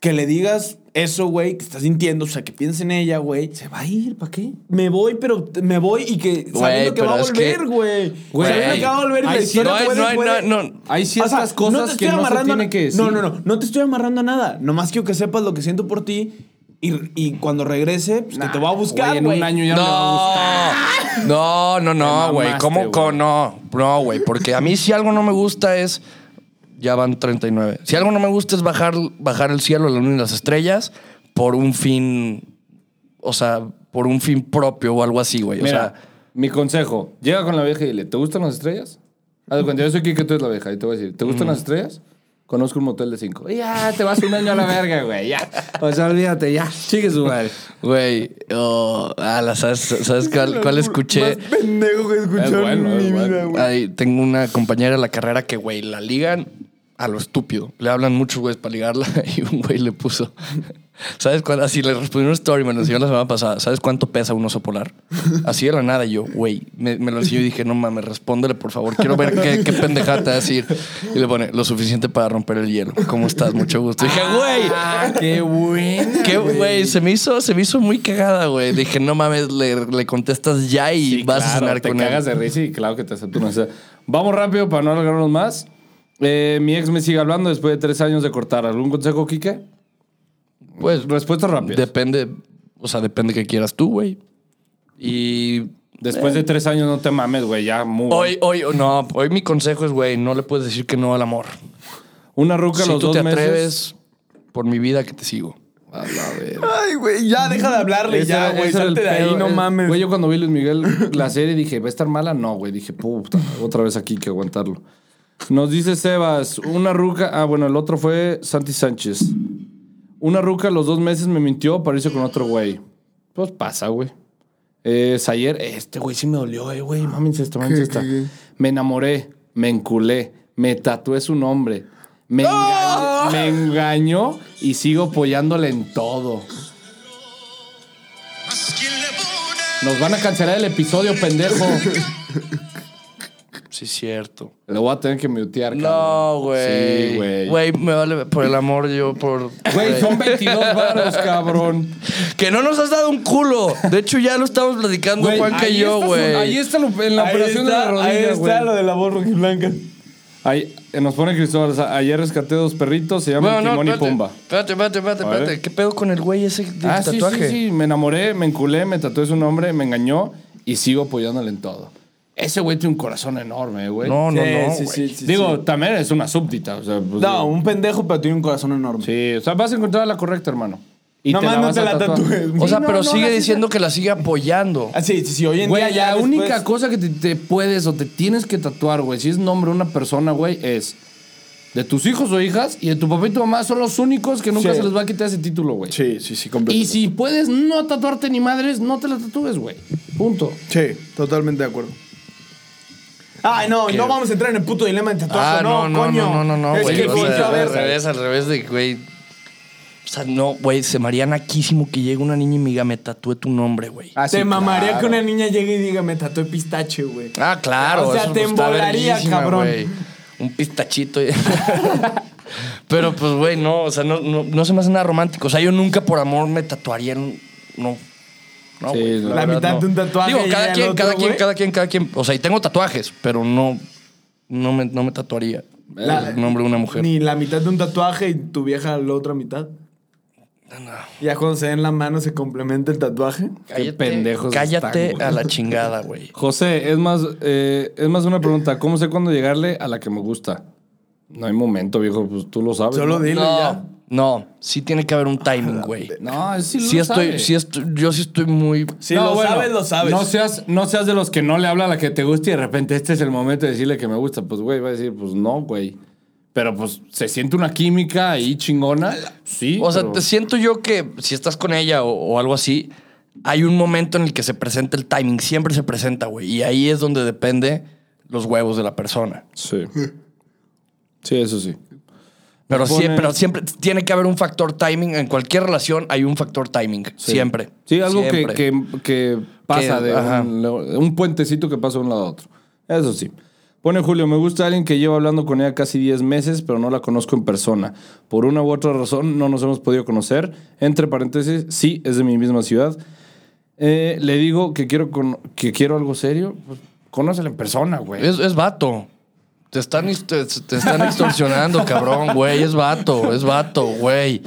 C: que le digas eso, güey, que estás sintiendo, o sea, que pienses en ella, güey. Se va a ir, ¿para qué? Me voy, pero te- me voy y que sabiendo que
D: pero
C: va a
D: es que-
C: volver, güey.
D: Güey.
C: Sabiendo que va a volver y la
E: Ay, sí,
C: historia
D: no es-
C: puede-
D: no es-
C: puede-
D: no- no.
E: Hay ciertas
C: O sea,
E: cosas
C: te
E: que
C: estoy
E: no se
C: amarrando-
E: tiene que decir.
C: No, no, no. No te estoy amarrando a nada. Nomás quiero que sepas lo que siento por ti. Y, y cuando regrese, pues que te va a buscar,
E: en
C: güey.
E: un año ya no. me va a gustar.
D: No, no, no, no,
E: Te
D: güey.
E: mamaste,
D: ¿Cómo?
E: güey.
D: co- No, no, güey. Porque a mí si algo no me gusta es... Ya van 39. Si algo no me gusta es bajar, bajar el cielo, la luna y las estrellas por un fin... O sea, por un fin propio o algo así, güey. O
E: Mira,
D: sea,
E: mi consejo, llega con la vieja y dile, ¿te gustan las estrellas? Haz de cuenta, yo soy Kike, tú eres la vieja, y te voy a decir, ¿te gustan las estrellas? Conozco un motel de cinco. Y Ya, te vas un año a la verga, güey, ya. O sea, olvídate, ya. Sigue su madre.
D: güey... oh, ala, ¿sabes, sabes cuál, cuál escuché? Eh,
C: pendejo que he escuchado
E: Es bueno,
C: en
E: es
C: mi
E: bueno.
C: vida, güey.
D: Ay, tengo una compañera de la carrera que, güey, la ligan a lo estúpido. Le hablan muchos güeyes para ligarla y un güey le puso. ¿Sabes cuál? Así le respondí una story, me lo enseñó la semana pasada. ¿Sabes cuánto pesa un oso polar? Así de la nada, y yo, güey, me, me lo enseñó y dije, no mames, respóndele, por favor. Quiero ver qué, qué pendejada te va a decir. Y le pone, lo suficiente para romper el hielo. ¿Cómo estás? Mucho gusto. Y dije, güey.
E: Ah, qué bueno.
D: Qué güey, se me hizo, se me hizo muy cagada, güey. Dije, no mames, le, le contestas ya y
E: Sí,
D: vas a
E: claro,
D: cenar
E: te
D: con él.
E: cagas de risa y claro que te acepto una cena. Vamos rápido para no alargarnos más. Eh, mi ex me sigue hablando después de tres años de cortar. ¿Algún consejo, Kike?
D: Pues
E: Respuesta rápida.
D: Depende, o sea, depende que quieras tú, güey. Y
E: después de tres años no te mames, güey, ya muy.
D: hoy, hoy, no, hoy mi consejo es, güey, no le puedes decir que no al amor.
E: Una ruca a
D: Si
E: los
D: tú
E: dos
D: te
E: meses.
D: atreves, por mi vida que te sigo.
C: Ay, güey, ya deja de hablarle,
E: Ese
C: ya,
E: era-
C: güey.
E: ese era el
C: Salte de ahí,
E: pedo. eh.
C: no
E: Es-
C: mames.
E: Güey, yo cuando vi Luis Miguel la serie dije, ¿va a estar mala? No, güey. Dije, puta, otra vez aquí que aguantarlo. Nos dice Sebas, una ruca. Ah, bueno, el otro fue Santi Sánchez. Una ruca a los dos meses me mintió para irse con otro güey. Pues pasa, güey. Eh, Sayer, este güey sí me dolió, eh, güey. Mámense esta, mámense esta.
C: qué, qué?
E: Me enamoré, me enculé, me tatué su nombre. Me, engañó, me engañó y sigo apoyándole en todo. Nos van a cancelar el episodio, pendejo.
D: Sí, cierto.
E: Lo voy a tener que mutear,
D: No,
E: cabrón.
D: güey.
E: Sí, güey.
D: Güey, me vale por el amor yo, por...
E: Güey, son 22 varos, cabrón.
D: Que no nos has dado un culo. De hecho, ya lo estamos platicando
E: Güey,
D: Juan que
E: ahí
D: yo,
E: está su- Ahí
D: güey.
E: está lo- en la
C: Ahí
E: operación
C: está,
E: de la
C: ahí
E: rodilla,
C: está lo
E: güey.
C: de la voz rojiblanca.
E: Ahí nos pone Cristóbal. o sea, ayer rescaté dos perritos, se
D: Bueno,
E: llaman
D: no,
E: Timón y
D: espérate,
E: Pumba.
D: espérate, espérate, espérate,
E: A ver.
D: espérate. ¿Qué pedo con el güey ese del
E: Ah, sí,
D: tatuaje?
E: sí, sí. Me enamoré, me enculé, me tatué su nombre, me engañó y sigo apoyándole en todo. Ese güey tiene un corazón enorme, güey.
D: No, no,
C: Sí,
D: no,
C: sí,
D: güey.
C: sí, sí,
E: Digo,
C: sí.
E: también es una súbdita. O sea, pues,
C: No, un pendejo, pero tiene un corazón enorme.
E: Sí, o sea, vas a encontrar la correcta, hermano. Y
C: Nomás no
E: vas
C: te
E: a
C: la
E: tatuar.
C: tatúes.
D: O
C: Sí,
D: sea,
C: no,
D: pero
C: no,
D: sigue
C: así
D: diciendo que la sigue apoyando.
C: Ah, sí, sí, sí, hoy en día
E: Güey,
C: ya
E: la
C: después-
E: única cosa que te, te puedes o te tienes que tatuar, güey, si es nombre de una persona, güey, es de tus hijos o hijas y de tu papá y tu mamá son los únicos que nunca
C: Sí.
E: se les va a quitar ese título, güey.
C: Sí, sí, sí,
E: Y
C: completamente.
E: si puedes no tatuarte ni madres, no te la tatúes, güey. Punto.
C: Sí, totalmente de acuerdo. Ay, no, y no vamos a entrar en el puto dilema de tatuaje.
D: Ah, no,
C: no,
D: no,
C: coño.
D: no, no, no, no,
C: Es
D: güey.
C: que,
D: o sea,
C: pinche, a ver,
D: al revés, al revés de, güey. O sea, no, güey, se me haría naquísimo que llegue una niña y me diga, me tatué tu nombre, güey.
E: Ah,
C: te
E: sí,
C: mamaría
E: claro.
C: que una niña llegue y diga, me tatué pistache, güey.
D: Ah, claro.
C: O sea,
D: eso
C: te
D: no está
C: embolaría,
D: verguísima,
C: cabrón.
D: güey. Un pistachito. y- Pero, pues, güey, no, o sea, no, no, no se me hace nada romántico. O sea, yo nunca por amor me tatuaría en... No. No,
E: Sí,
D: güey.
E: la
C: La
E: verdad,
C: mitad
E: no.
C: de un tatuaje.
D: Digo,
C: y
D: cada
C: el
D: quien,
C: otro,
D: cada quien,
C: güey.
D: cada quien, cada quien. O sea, y tengo tatuajes, pero no, no me, no me tatuaría
C: La-
D: el nombre de una mujer.
C: Ni la mitad de un tatuaje y tu vieja la otra mitad. Ya cuando se den la mano se complementa el tatuaje.
E: Qué pendejos
D: Cállate
E: están, güey.
D: a la chingada, güey.
E: José, es más, eh, es más una pregunta. ¿Cómo sé cuándo llegarle a la que me gusta? No hay momento, viejo. Pues tú lo sabes.
C: Solo
E: ¿no?
C: dile ya.
D: No, no, sí tiene que haber un timing, güey.
E: No, sí lo
D: Sí estoy,
E: sabe.
D: sí estoy, yo sí estoy muy.
C: Si
E: No,
C: lo
E: bueno,
C: sabes, lo sabes.
E: No seas, no seas de los que no le habla a la que te gusta y de repente este es el momento de decirle que me gusta. Pues, güey, va a decir, pues no, güey. Pero pues se siente una química ahí chingona. Sí.
D: O sea,
E: pero-
D: te siento yo que si estás con ella o, o algo así, hay un momento en el que se presenta el timing. Siempre se presenta, güey. Y ahí es donde depende los huevos de la persona.
E: Sí. Sí, eso sí.
D: Pero,
E: Pone-
D: siempre, pero siempre tiene que haber un factor timing. En cualquier relación hay un factor timing.
E: Sí.
D: Siempre.
E: Sí, algo que,
D: Siempre.
E: que- que pasa
D: Que-
E: de
D: ajá.
E: un, un puentecito que pasa de un lado a otro. Eso sí. Pone Julio, me gusta alguien que llevo hablando con ella casi 10 meses, pero no la conozco en persona. Por una u otra razón no nos hemos podido conocer. Entre paréntesis, sí, es de mi misma ciudad. Eh, le digo que quiero, con- que quiero algo serio. Pues, conócela en persona, güey.
D: Es, es vato. Te están, te, te están extorsionando, cabrón, güey. Es vato, es vato, güey.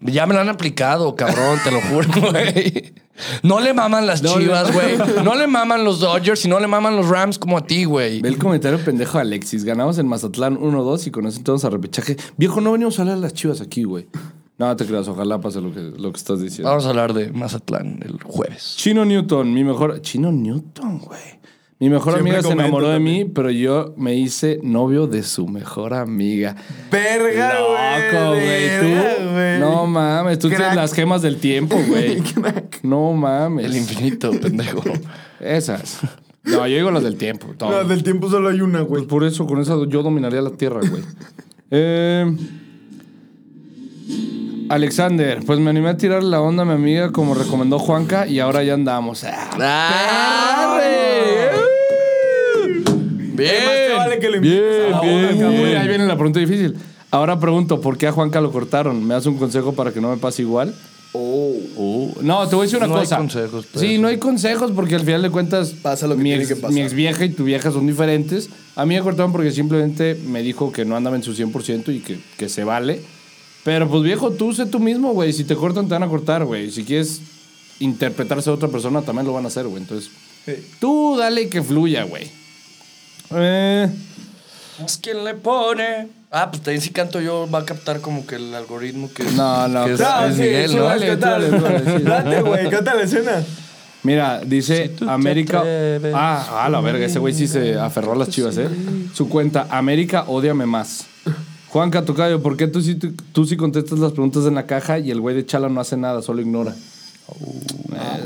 D: Ya me lo han aplicado, cabrón, te lo juro, güey. No le maman las
E: No le-
D: chivas, güey. No le maman los Dodgers y no le maman los Rams como a ti, güey.
E: Ve el comentario pendejo de Alexis. Ganamos en Mazatlán 1-2 y con eso entramos a repechaje. Viejo, no venimos a hablar de las chivas aquí, güey. No, te creas. Ojalá pase lo que, lo que estás diciendo.
D: Vamos a hablar de Mazatlán el jueves.
E: Chino Newton, mi mejor... Chino Newton, güey. Mi mejor
C: Siempre
E: amiga se
C: comento
E: enamoró de mí,
C: también.
E: pero yo me hice novio de su mejor amiga.
C: Verga,
E: Loco, güey. Tú, no mames, tú tienes
C: Crack.
E: las gemas del tiempo, güey. No mames.
D: El infinito, pendejo.
E: Esas. No, yo digo las del tiempo. todo.
C: del tiempo solo hay una,
E: Pues por eso, con esa yo dominaría la tierra, güey. Eh, Alexander, pues me animé a tirar la onda a mi amiga como recomendó Juanca y ahora ya andamos. Ah,
D: ¡Arre!
C: vale
D: ¡Bien!
C: que le
E: Eh, Bien,
C: empieces a la
E: bien,
C: otra,
E: bien.
C: cabrón.
E: Ahí viene la pregunta difícil. Ahora pregunto, ¿por qué a Juanca lo cortaron? ¿Me das un consejo para que no me pase igual? Oh. No, te voy a decir una
D: No hay
E: cosa.
D: consejos, pero-
E: sí, no hay consejos porque al final de cuentas
C: Pasa lo que
E: mi
C: tiene
E: ex,
C: que pasar.
E: mi ex vieja y tu vieja son diferentes. A mí me cortaron porque simplemente me dijo que no andaba en su 100% y que, que se vale. Pero pues viejo, tú sé tú mismo, güey. Si te cortan, te van a cortar, güey. Si quieres interpretarse a otra persona, también lo van a hacer, güey. Entonces, tú dale que fluya, güey. Eh...
D: Es quien le pone. Ah, pues también si canto yo va a captar como que el algoritmo que
E: No, no,
D: que es,
E: no,
D: es
E: sí,
D: Miguel,
E: sí,
D: ¿no?
E: vale.
C: ¿Qué tal?
E: tú dale, tú dale, sí.
C: Date, güey, canta la escena.
E: Mira, dice
D: tú te
E: América.
D: atreves.
E: Ah, a la verga, ese güey sí se aferró a las chivas, ¿eh? Su cuenta, América, ódiame más. Juan Catucayo, ¿por qué tú sí, tú, sí contestas las preguntas en la caja y el güey de Chala no hace nada, solo ignora?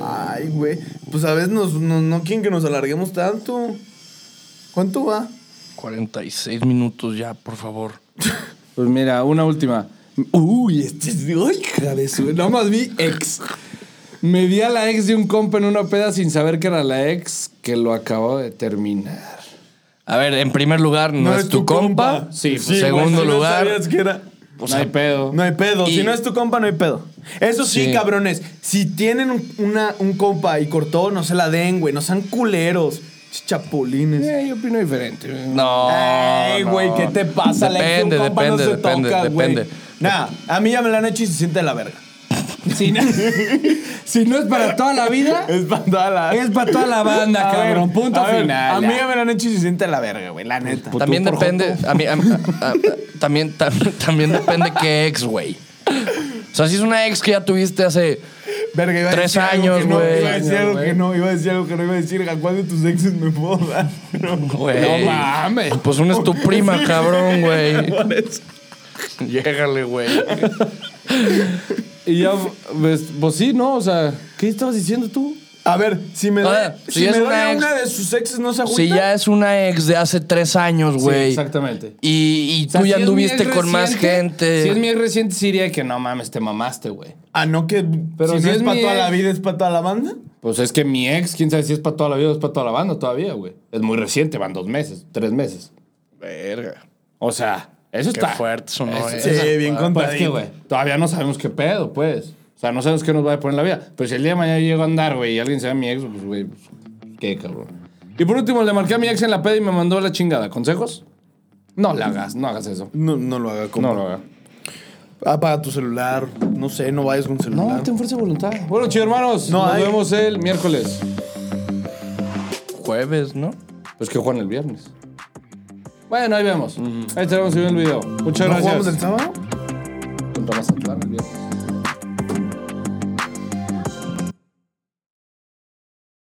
C: Ay, güey. Pues a veces nos, no, no quieren que nos alarguemos tanto. ¿Cuánto va?
D: 46 minutos ya, por favor.
E: Pues mira, una última. Uy, este es. ¡Ay, hija de su- Nada más vi ex. Me di a la ex de un compa en una peda sin saber que era la ex que lo acabo de terminar.
D: A ver, en primer lugar, no, es, tu compa.
E: Sí, pues,
C: güey,
D: segundo
C: si no
D: lugar.
C: sabías que era-
E: O sea, no hay pedo.
C: No hay pedo.
D: Y-
C: Si no es tu compa, no hay pedo. Eso sí,
D: Sí.
C: cabrones. Si tienen un- una, un compa y cortó, no se la den, güey. No sean culeros. Chapulines.
E: Eh, yo opino diferente.
D: No.
C: Ay,
D: no.
C: güey, ¿qué te pasa? La ex de un
D: Depende,
C: compa no
D: depende,
C: se
D: depende,
C: toca, güey.
D: depende.
E: Pues
C: Nah, a mí ya me la han hecho y se siente de la verga.
E: Si no, si no es para toda la vida,
C: Es para toda la...
E: es para toda la banda,
C: A ver,
E: cabrón. Punto
C: a ver,
E: final.
C: a mí ya me la han hecho y se siente de la verga, güey. La neta.
D: También
E: Tú por
D: depende. A mí, a mí- a- a- también, tam- también depende qué ex, güey. O sea, si es una ex que ya tuviste hace.
C: Verga, iba a
D: Tres
C: decir algo
D: años,
C: que no,
D: güey.
C: Iba a decir algo que no, iba a decir algo que no iba a decir. ¿A cuál de tus exes me puedo dar? No,
D: Güey.
E: No mames.
D: Pues una es tu prima, cabrón, güey. Llégale, güey.
E: Y ya, pues, pues sí, ¿no? O sea, ¿qué estabas diciendo tú?
C: A ver, si me,
D: A
C: doy-
D: ver,
C: si
D: si es
C: me doy
D: una
C: a
D: ex-
C: una de sus exes, ¿no se agüita?
D: Si ya es una ex de hace tres años,
E: Sí,
D: güey.
E: exactamente.
D: y y
E: O sea,
D: tú ya
E: si es mi
D: anduviste
E: ex
D: con más
E: reciente,
D: gente.
E: Si es mi ex reciente, sí diría que no mames, te mamaste, güey.
C: Ah, no, que
E: Pero
C: si,
E: si
C: no
E: es
C: es, para
E: mi
C: toda la
E: ex.
C: vida, es para toda la banda.
E: Pues es que mi ex, quién sabe si es para toda la vida o es para toda la banda todavía, güey. Es muy reciente, van dos meses, tres meses.
D: Verga.
E: O sea, eso
D: Qué
E: está.
D: fuerte sonó,
E: Eso-
D: eh.
C: Sí,
E: eso-
C: bien
E: Pues es que,
C: contadito.
E: güey, todavía no sabemos qué pedo, pues. O sea, no sabemos qué nos va a poner la vida. Pero si el día de mañana yo llego a andar, güey, y alguien sea mi ex, pues, güey, pues, qué cabrón. Y por último, le marqué a mi ex en la peda y me mandó a la chingada. ¿Consejos? No la hagas, no hagas eso.
C: No, no lo haga como.
E: No lo hagas.
C: Apaga tu celular. No sé, no vayas con celular.
E: No, ten fuerza de voluntad. Bueno, chido, hermanos,
C: No
E: nos
C: hay.
E: vemos el miércoles.
D: Jueves, ¿no?
E: Pues que juegan el viernes. Bueno, ahí vemos. Ahí estaremos subiendo el video. Muchas
C: ¿No
E: gracias.
C: jugamos el sábado?
E: Contra Mazatlán el viernes.